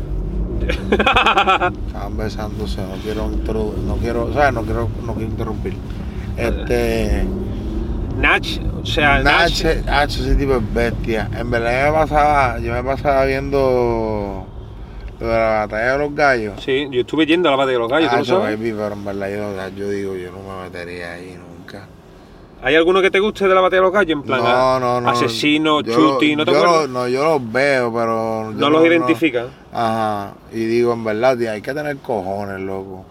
Estaban besándose, no quiero introdu- no quiero, o sea, no quiero, no quiero interrumpir. Este, Nach, o sea, Nach. Nach, Nach, ese tipo es bestia. En verdad yo me pasaba, yo me pasaba viendo lo de la batalla de los gallos. Sí, yo estuve yendo a la batalla de los gallos, Ah, ¿tú lo Nacho, sabes? Ah, baby, pero en verdad yo, yo digo, yo no me metería ahí nunca. ¿Hay alguno que te guste de la batalla de los gallos? En plan, eh. no, no, no. asesino, yo chuti, lo- ¿no te yo lo- acuerdas? no, yo los veo, pero. yo No, los identifica. Ajá, y digo, en verdad, tío, hay que tener cojones, loco.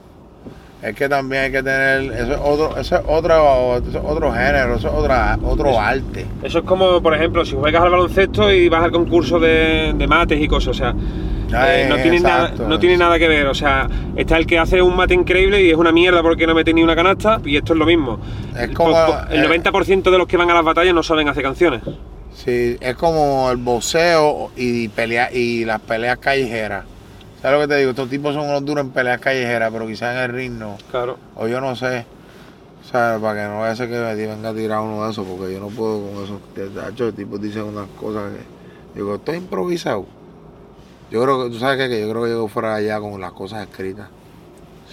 Es que también hay que tener, eso es otro, eso es otro, eso es otro género, eso es otra, otro arte. Eso es como, por ejemplo, si juegas al baloncesto y vas al concurso de, de mates y cosas, o sea, eh, Eh, no, tiene nada, exacto, no tiene es. nada que ver, o sea, está el que hace un mate increíble y es una mierda porque no mete ni una canasta y esto es lo mismo. Es como- Po- po- el eh. 90% de los que van a las batallas no saben hacer canciones. Sí, es como el boxeo y pelea, y las peleas callejeras. ¿Sabes lo que te digo? Estos tipos son unos duros en peleas callejeras, pero quizás en el ring no. Claro. O yo no sé. O sea, para que no vaya a ser que me venga a tirar uno de esos, porque yo no puedo con esos tachos. tipos dicen unas cosas que. Yo digo, estoy improvisado. Yo creo que, tú sabes qué? que yo creo que yo fuera allá con las cosas escritas.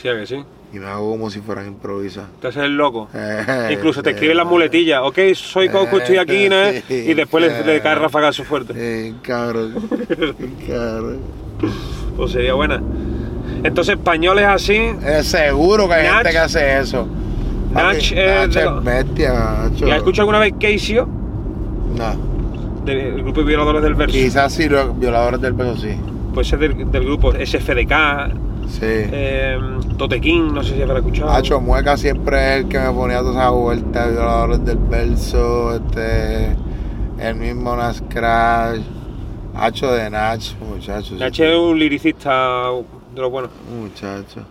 Sí, a que sí. Y me hago como si fueran improvisadas. Te haces el loco. Eh, Incluso te eh, escriben las muletillas, ok, soy Coco, estoy aquí, ¿no? Sí. y después le, le cae rafagazo fuerte. Eh, cabrón. cabrón. O Pues sería buena. Entonces, españoles así, Eh, seguro que hay Nach- gente que hace eso. Nach Papi, es de Nach lo- es bestia, Nacho. ¿la has escuchado alguna vez Casey? No. del grupo de violadores del verso. Quizás sí, los violadores del peso sí. Pues es del, del grupo SFDK, Sí. eh, Totequín, no sé si habrá escuchado. Nacho Mueca siempre es el que me ponía todas esas vueltas, violadores del verso, este, el mismo Nas Crash, Hacho de Nach, muchacho. sí. Nacho es un liricista de lo bueno. Muchacho.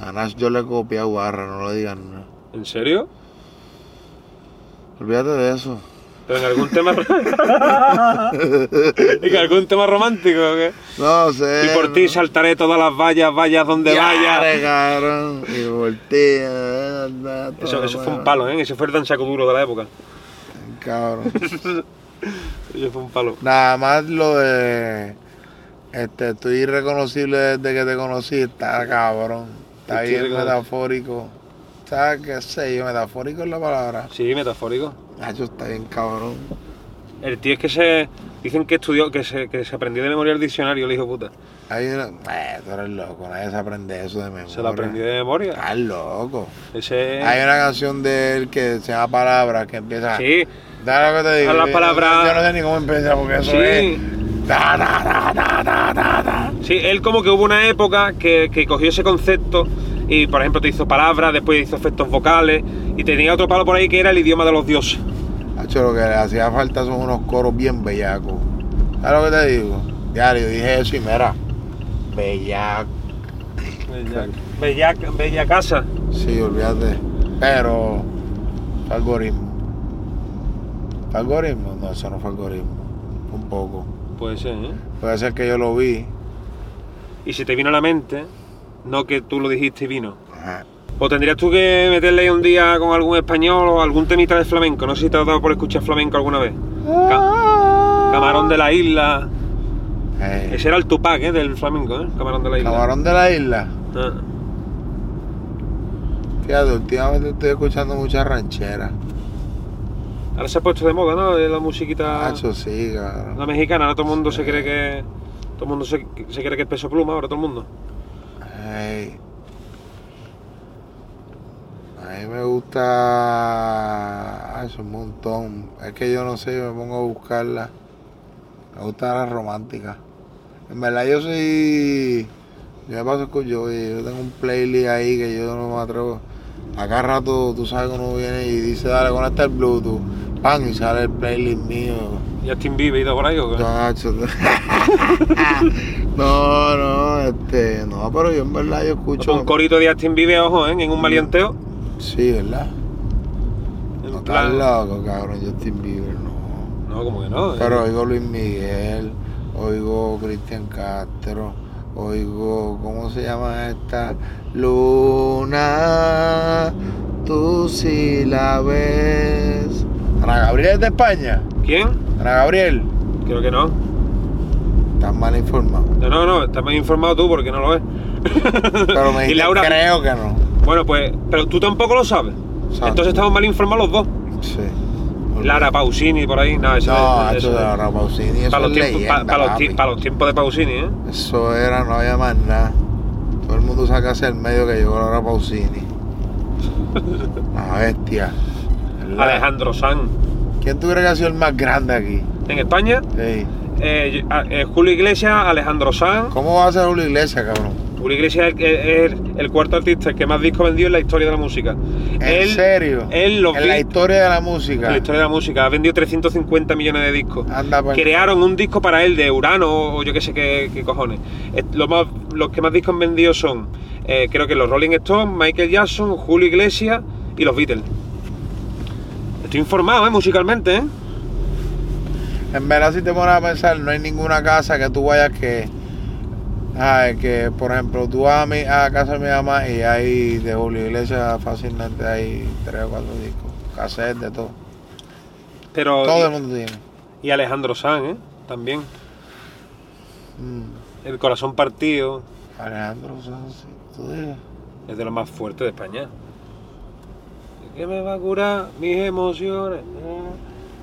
A Nach yo le copié a Guarra, no le digan nada. ¿En serio? Olvídate de eso. Pero en algún tema. ¿En algún tema romántico? o qué? No sé. Y por ti no. saltaré todas las vallas, vallas donde Em. Ya, vaya. de cabrón. Y voltea. eh, da, Eso, todo, eso fue un bueno. palo, ¿eh? Ese fue el danzaco duro de la época. Cabrón. Eso fue un palo. Nada más lo de. Este, estoy irreconocible desde que te conocí. Está cabrón. Está Estoy bien irreconocible. metafórico. ¿Sabes qué sé yo? Metafórico es la palabra. Sí, metafórico. Nacho está bien cabrón. El tío es que se. Dicen que estudió, que se, que se aprendió de memoria el diccionario, le dijo puta. Hay una. Eh, tú eres loco. Nadie se aprende eso de memoria. Se lo aprendió de Eh. memoria. Estás loco. Ese. Hay una canción de él que se llama Palabras que empieza. Sí, Da lo que te digo. A las yo- palabras. Yo no sé ni cómo empieza porque eso Sí. es. Da, da, da, da, da, da, da. Sí, él como que hubo una época que, que cogió ese concepto y, por ejemplo, te hizo palabras, después hizo efectos vocales y tenía otro palo por ahí que era el idioma de los dioses. Hacho, lo que le hacía falta son unos coros bien bellacos. ¿Sabes lo que te digo? Diario, dije eso y mira, bellaco. Bella, bella casa. Sí, olvídate. Pero, fue algoritmo. ¿Fue algoritmo? No, eso no fue algoritmo. Un poco. Puede ser, ¿eh? Puede ser que yo lo vi. Y si te vino a la mente, no que tú lo dijiste y vino. Ajá. O tendrías tú que meterle ahí un día con algún español o algún temita de flamenco. No sé si te has dado por escuchar flamenco alguna vez. Ca- Camarón de la isla. Ey, Ese era el Tupac, ¿eh? Del flamenco, ¿eh? Camarón de la isla. Camarón de la isla. Ah. Fíjate, últimamente estoy escuchando muchas rancheras. Ahora se ha puesto de moda, ¿no? La musiquita. Hacho, sí, cabrón. La mexicana, ahora todo el mundo se cree que. Todo el mundo se, se cree que es peso pluma, ahora todo el mundo. Ey. A mí me gusta hacho, un montón. Es que yo no sé, yo me pongo a buscarla. Me gustan las románticas. En verdad yo soy. Yo me paso con yo, yo tengo un playlist ahí que yo no me atrevo. Acá rato tú sabes que uno viene y dice, dale, conecta el Bluetooth. Pan y sale el playlist mío. Justin Bieber y todo por ahí, ¿o qué? Tacho, no. no, no, este, no, pero yo en verdad yo escucho. Mm. Un corito de Justin Bieber, ojo, ¿eh? En un maleanteo. Sí, ¿verdad? En No estás plan- loco, cabrón, Justin Bieber, no. No, como que no. ¿eh? Pero oigo Luis Miguel, oigo Cristian Castro, oigo, ¿cómo se llama esta? Luna, tú sí la ves. Ana Gabriel es de España. ¿Quién? Ana Gabriel, Creo que no. estás mal informado. No, no, no, estás más informado tú porque no lo es. Pero me y dijiste, Laura, creo que no. bueno, pues, pero tú tampoco lo sabes. Exacto. Entonces estamos mal informados los dos. Sí. Lara Pausini por ahí, nada, eso No, es- esto eso de es- la Rapausini, eso Para es los, tiempos, pa- leyenda, para los papi. tie- para los tiempos de Pausini, ¿eh? Eso era, no había más nada. Todo el mundo saca hacia el medio que llegó la Rapausini. Una bestia. ¿verdad? Alejandro Sanz. ¿Quién tú crees que ha sido el más grande aquí? En España, Sí. eh, yo- a- eh, Julio Iglesias, Alejandro Sanz. ¿Cómo va a ser una iglesia, cabrón? Julio Iglesias es el, es el- el cuarto artista que más discos vendió en la historia de la música. ¿En él, serio? Él los en la Beatles- historia de la música. en la historia de la música. Ha vendido 350 millones de discos. Anda pa'l- Crearon un disco para él de Urano o yo qué sé qué, qué cojones. Es- lo más- los que más discos han vendido son, eh, creo que los Rolling Stones, Michael Jackson, Julio Iglesias y los Beatles. Estoy informado, ¿eh? Musicalmente, ¿eh? En verdad, si te pones a pensar, no hay ninguna casa que tú vayas que. ay, que por ejemplo, tú vas a, mi, a casa de mi mamá y hay de Julio Iglesias fácilmente hay tres o cuatro discos, cassettes de todo. Pero, Todo el mundo tiene. y, y Alejandro Sanz, ¿eh? También. Mm, El corazón partido Alejandro Sanz, sí, tú dices. es de los más fuertes de España. ¿Qué me va a curar mis emociones?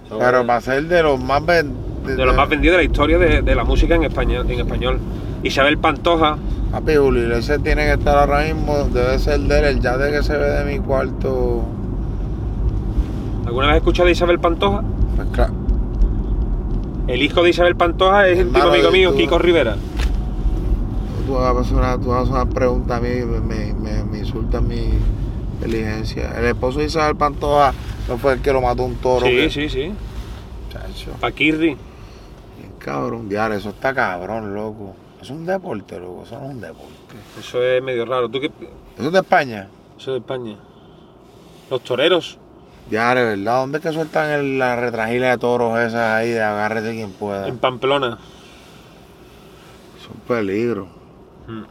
Pero para ser de los más ven- de los más vendidos de la historia de, de la música en español, en español. Isabel Pantoja, Papi, Julio Iglesias tiene que estar ahora mismo, debe ser de él, el ya de que se ve de mi cuarto. ¿alguna vez has escuchado de Isabel Pantoja? Pues claro. El hijo de Isabel Pantoja es el tipo Hermano amigo de mío, tu- Kiko Rivera. Tú vas a hacer una, tú vas a hacer una pregunta a mí y me, me, me- me insulta mi inteligencia. El esposo de Isabel Pantoja no fue el que lo mató un toro. Sí, que- sí, sí. Chacho, Paquirri. bien cabrón, diario, eso está cabrón, loco. Es un deporte, loco, eso no es un deporte. Eso es medio raro. ¿Tú qué? Eso es de España. Eso es de España. Los toreros. Diario, ¿verdad? ¿Dónde es que sueltan el- las retragilas de toros esas ahí de agárrese quien pueda? En Pamplona. Es un peligro. Mm.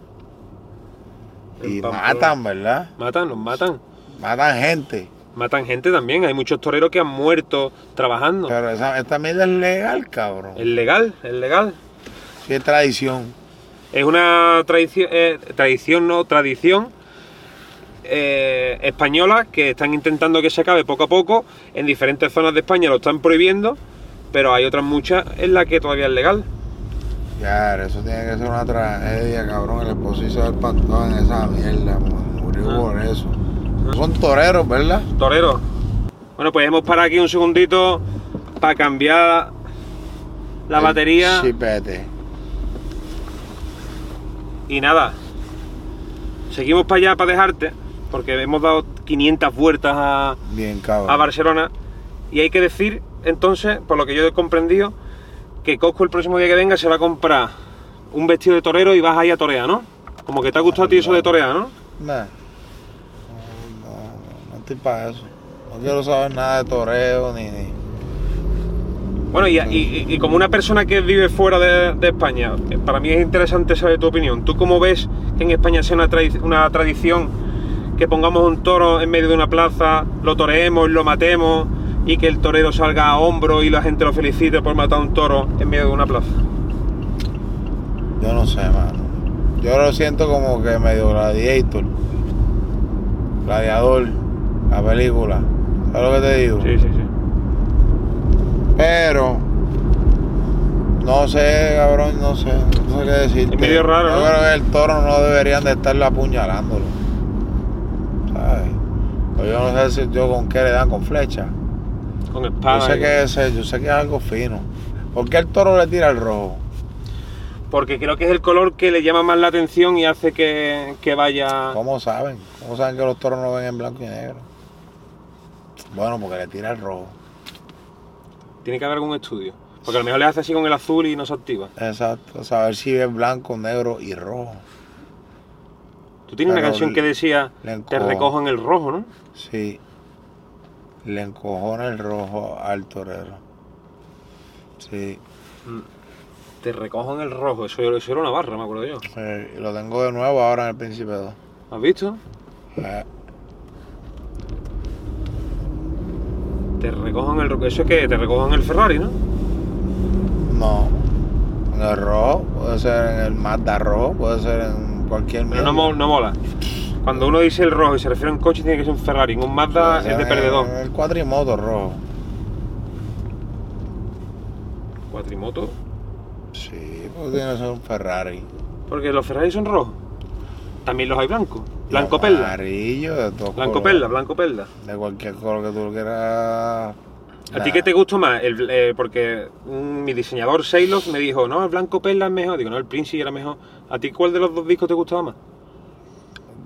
En Y Pamplona. matan, ¿verdad? Matan, los matan. Matan gente. Matan gente también. Hay muchos toreros que han muerto trabajando. Pero esa, esta mierda es legal, cabrón. Es legal, es legal. Sí, es tradición. Es una tradición, eh, tradición no tradición eh, española que están intentando que se acabe poco a poco. En diferentes zonas de España lo están prohibiendo, pero hay otras muchas en las que todavía es legal. Claro, eso tiene que ser una tragedia, cabrón. El esposo hizo el pantón en esa mierda, man. murió Ah. por eso. Son toreros, ¿verdad? Torero. Bueno, pues hemos parado aquí un segundito para cambiar la El batería. Chipete. Y nada, seguimos para allá para dejarte, porque hemos dado 500 vueltas a, Bien, cabrón. a Barcelona. Y hay que decir, entonces, por lo que yo he comprendido, que Cosco el próximo día que venga se va a comprar un vestido de torero y vas ahí a torear, ¿no? Como que te ha gustado a ti eso de torear, ¿no? Nah. No, no, no estoy para eso. No quiero saber nada de toreo ni. ni- Bueno, y, y- y- y como una persona que vive fuera de, de España, eh, para mí es interesante saber tu opinión. ¿Tú cómo ves que en España sea una, tradi- una tradición que pongamos un toro en medio de una plaza, lo toreemos, lo matemos y que el torero salga a hombro y la gente lo felicite por matar un toro en medio de una plaza? Yo no sé, mano. Yo lo siento como que medio gladiator. Gladiador. La película. ¿Sabes lo que te digo? Sí, sí, sí. Pero. No sé, cabrón, no sé. No sé qué decirte. Es medio raro, Yo ¿no? creo que el toro no deberían de estarle apuñalándolo. ¿Sabes? Pues yo no sé si yo con qué le dan, con flecha. Con Yo espada. sé y- que es, yo sé que es algo fino. ¿Por qué el toro le tira el rojo? Porque creo que es el color que le llama más la atención y hace que, que vaya... ¿Cómo saben? ¿Cómo saben que los toros no ven en blanco y negro? Bueno, porque le tira el rojo. Tiene que haber algún estudio. Porque a lo mejor le hace así con el azul y no se activa. Exacto. Saber si ves blanco, negro y rojo. Tú tienes una Claro, canción que decía le Te encojo. recojo en el rojo, ¿no? Sí. Le encojona el rojo al torero. Sí. Te recojo en el rojo. Eso, eso era una barra, me acuerdo yo. Eh, lo tengo de nuevo ahora en el Príncipe 2. ¿Has visto? Eh, Te recojo en el rojo. Eso es que te recojo en el Ferrari, ¿no? no. En el rojo, puede ser en el Mazda rojo, puede ser en cualquier Pero no, medio. mo- no mola. Cuando uno dice el rojo y se refiere a un coche, tiene que ser un Ferrari. En un Mazda es de En perdedor. el cuatrimoto rojo. Cuatrimoto. Sí, porque tiene que ser un Ferrari. Porque los Ferrari son rojos. También los hay blancos. Y Blanco perla. Amarillo, de todos Blanco colores. perla, blanco perla. De cualquier color que tú lo quieras. ¿A ti qué te gustó más? El, eh, porque mm, mi diseñador Seilos me dijo, no, el blanco perla es mejor. Digo, no, el Princi era mejor. ¿A ti cuál de los dos discos te gustaba más?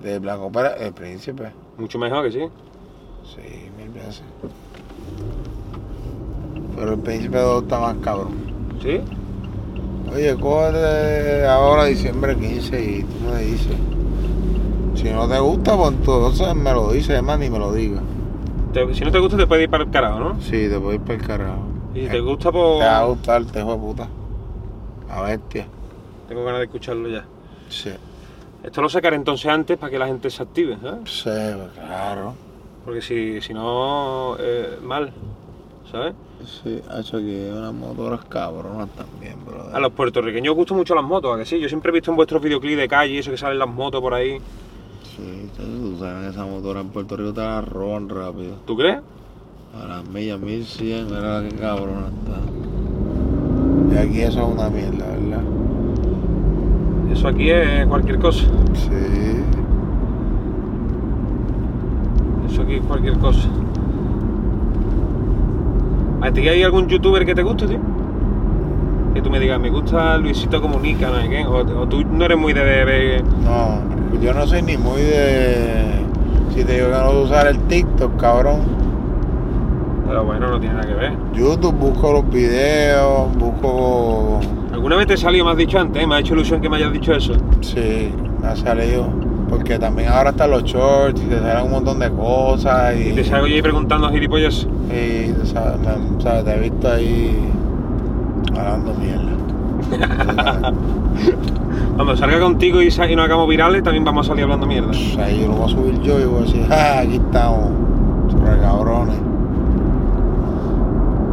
De blanco para el príncipe. Mucho mejor que sí. Sí, mil veces. Pero el príncipe 2 está más cabrón. ¿Sí? Oye, coge ahora diciembre 15 y tú me dices. Si no te gusta, pues entonces me lo dices, es más, ni me lo digas. Te- si no te gusta, te puedes ir para el carajo, ¿no? Sí, te voy a ir para el carajo. Y si te gusta, pues. Te va a gustar, te hijo de puta. La bestia. Tengo ganas de escucharlo ya. Sí. Esto lo sacaré entonces antes para que la gente se active, ¿sabes? Sí, claro. Porque si, si no, eh, mal, ¿sabes? Sí, ha hecho que unas motoras cabronas también, bro. A los puertorriqueños os gustan mucho las motos, ¿a que sí? Yo siempre he visto en vuestros videoclips de calle, eso que salen las motos por ahí. Sí, tú sabes, esa motora en Puerto Rico te la roban rápido. ¿Tú crees? A las millas 1100, mira qué cabrona está. Y aquí eso es una mierda, ¿verdad? Eso aquí es cualquier cosa. Sí. Eso aquí es cualquier cosa. ¿A ti hay algún youtuber que te guste, tío? Que tú me digas, me gusta Luisito Comunica, no sé qué. O, o tú no eres muy de ver No, yo no soy ni muy de. Si te digo que no voy a usar el TikTok, cabrón. Pero bueno, no tiene nada que ver. YouTube, busco los videos, busco. ¿Alguna vez te salió, me has dicho antes, ¿eh? me ha hecho ilusión que me hayas dicho eso? Sí, me ha salido. Porque también ahora están los shorts y te salen un montón de cosas. Y, Y te salgo yo ahí preguntando gilipollas. Y tú sabes, me- sabes, te he visto ahí hablando mierda. Cuando salga contigo y, sa- y nos hagamos virales, también vamos a salir hablando mierda. Entonces, ahí yo lo voy a subir yo y voy a decir, ah, aquí estamos, sobre cabrones.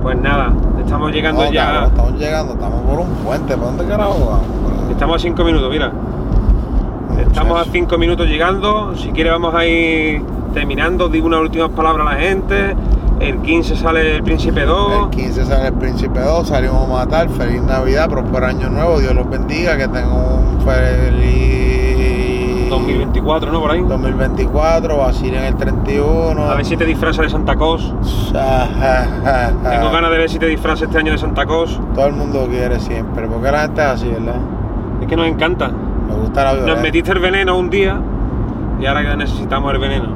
Pues nada, estamos llegando No, cabrón, ya. estamos llegando, estamos por un puente, ¿para dónde carajo vamos? Estamos a 5 minutos, mira. Estamos a Muchacho. 5 minutos llegando. Si quieres, vamos a ir terminando. Digo unas últimas palabras a la gente. El 15 sale el Príncipe 2. El 15 sale el Príncipe 2, salimos a matar, feliz Navidad, próspero año nuevo, Dios los bendiga, que tengan un feliz 2024, ¿no? Por ahí. 2024, vacilen el 31. A ver si te disfrazas de Santa Claus. Ah. Tengo ganas de ver si te disfrazas este año de Santa Claus. Todo el mundo quiere siempre, porque la gente es así, ¿verdad? Es que nos encanta. Me gusta gusta la violencia. Nos metiste el veneno un día y ahora que necesitamos el veneno.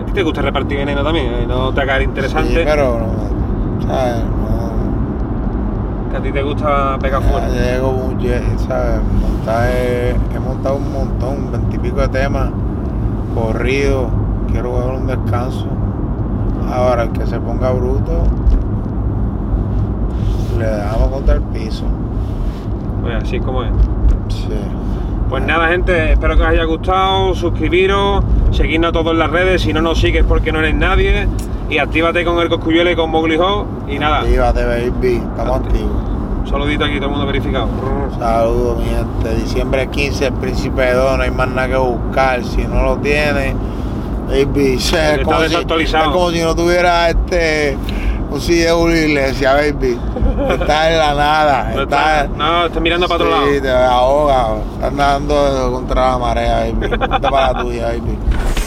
¿A ti te gusta repartir veneno también? eh? ¿No te haga interesante? Sí, pero no, ¿sabes? No, Que a ti te gusta pegar ya fuerte. llego un ye- ¿sabes? Montar, eh, he montado un montón, veintipico de temas, corrido, quiero dar un descanso. Ahora, el que se ponga bruto, le damos contra el piso. Pues así es como es. Sí. Pues nada, gente, espero que os haya gustado. Suscribiros, seguidnos a todos en las redes. Si no nos sigues, porque no eres nadie. Y actívate con el Coscuyuela y con Mowgli Ho. Y nada, Actívate, baby, estamos Acti- activos. saludito aquí, todo el mundo verificado. Saludos, mi gente. Diciembre 15, el Príncipe de Don, no hay más nada que buscar. Si no lo tiene, baby, es Está como, si, desactualizado. es como si no tuviera este un CD de Julio Iglesias, baby. Está en la nada. No, Está, está, no, está mirando para otro Sí, lado. te ahoga. Estás nadando contra la marea, baby. Vete para la tuya, baby.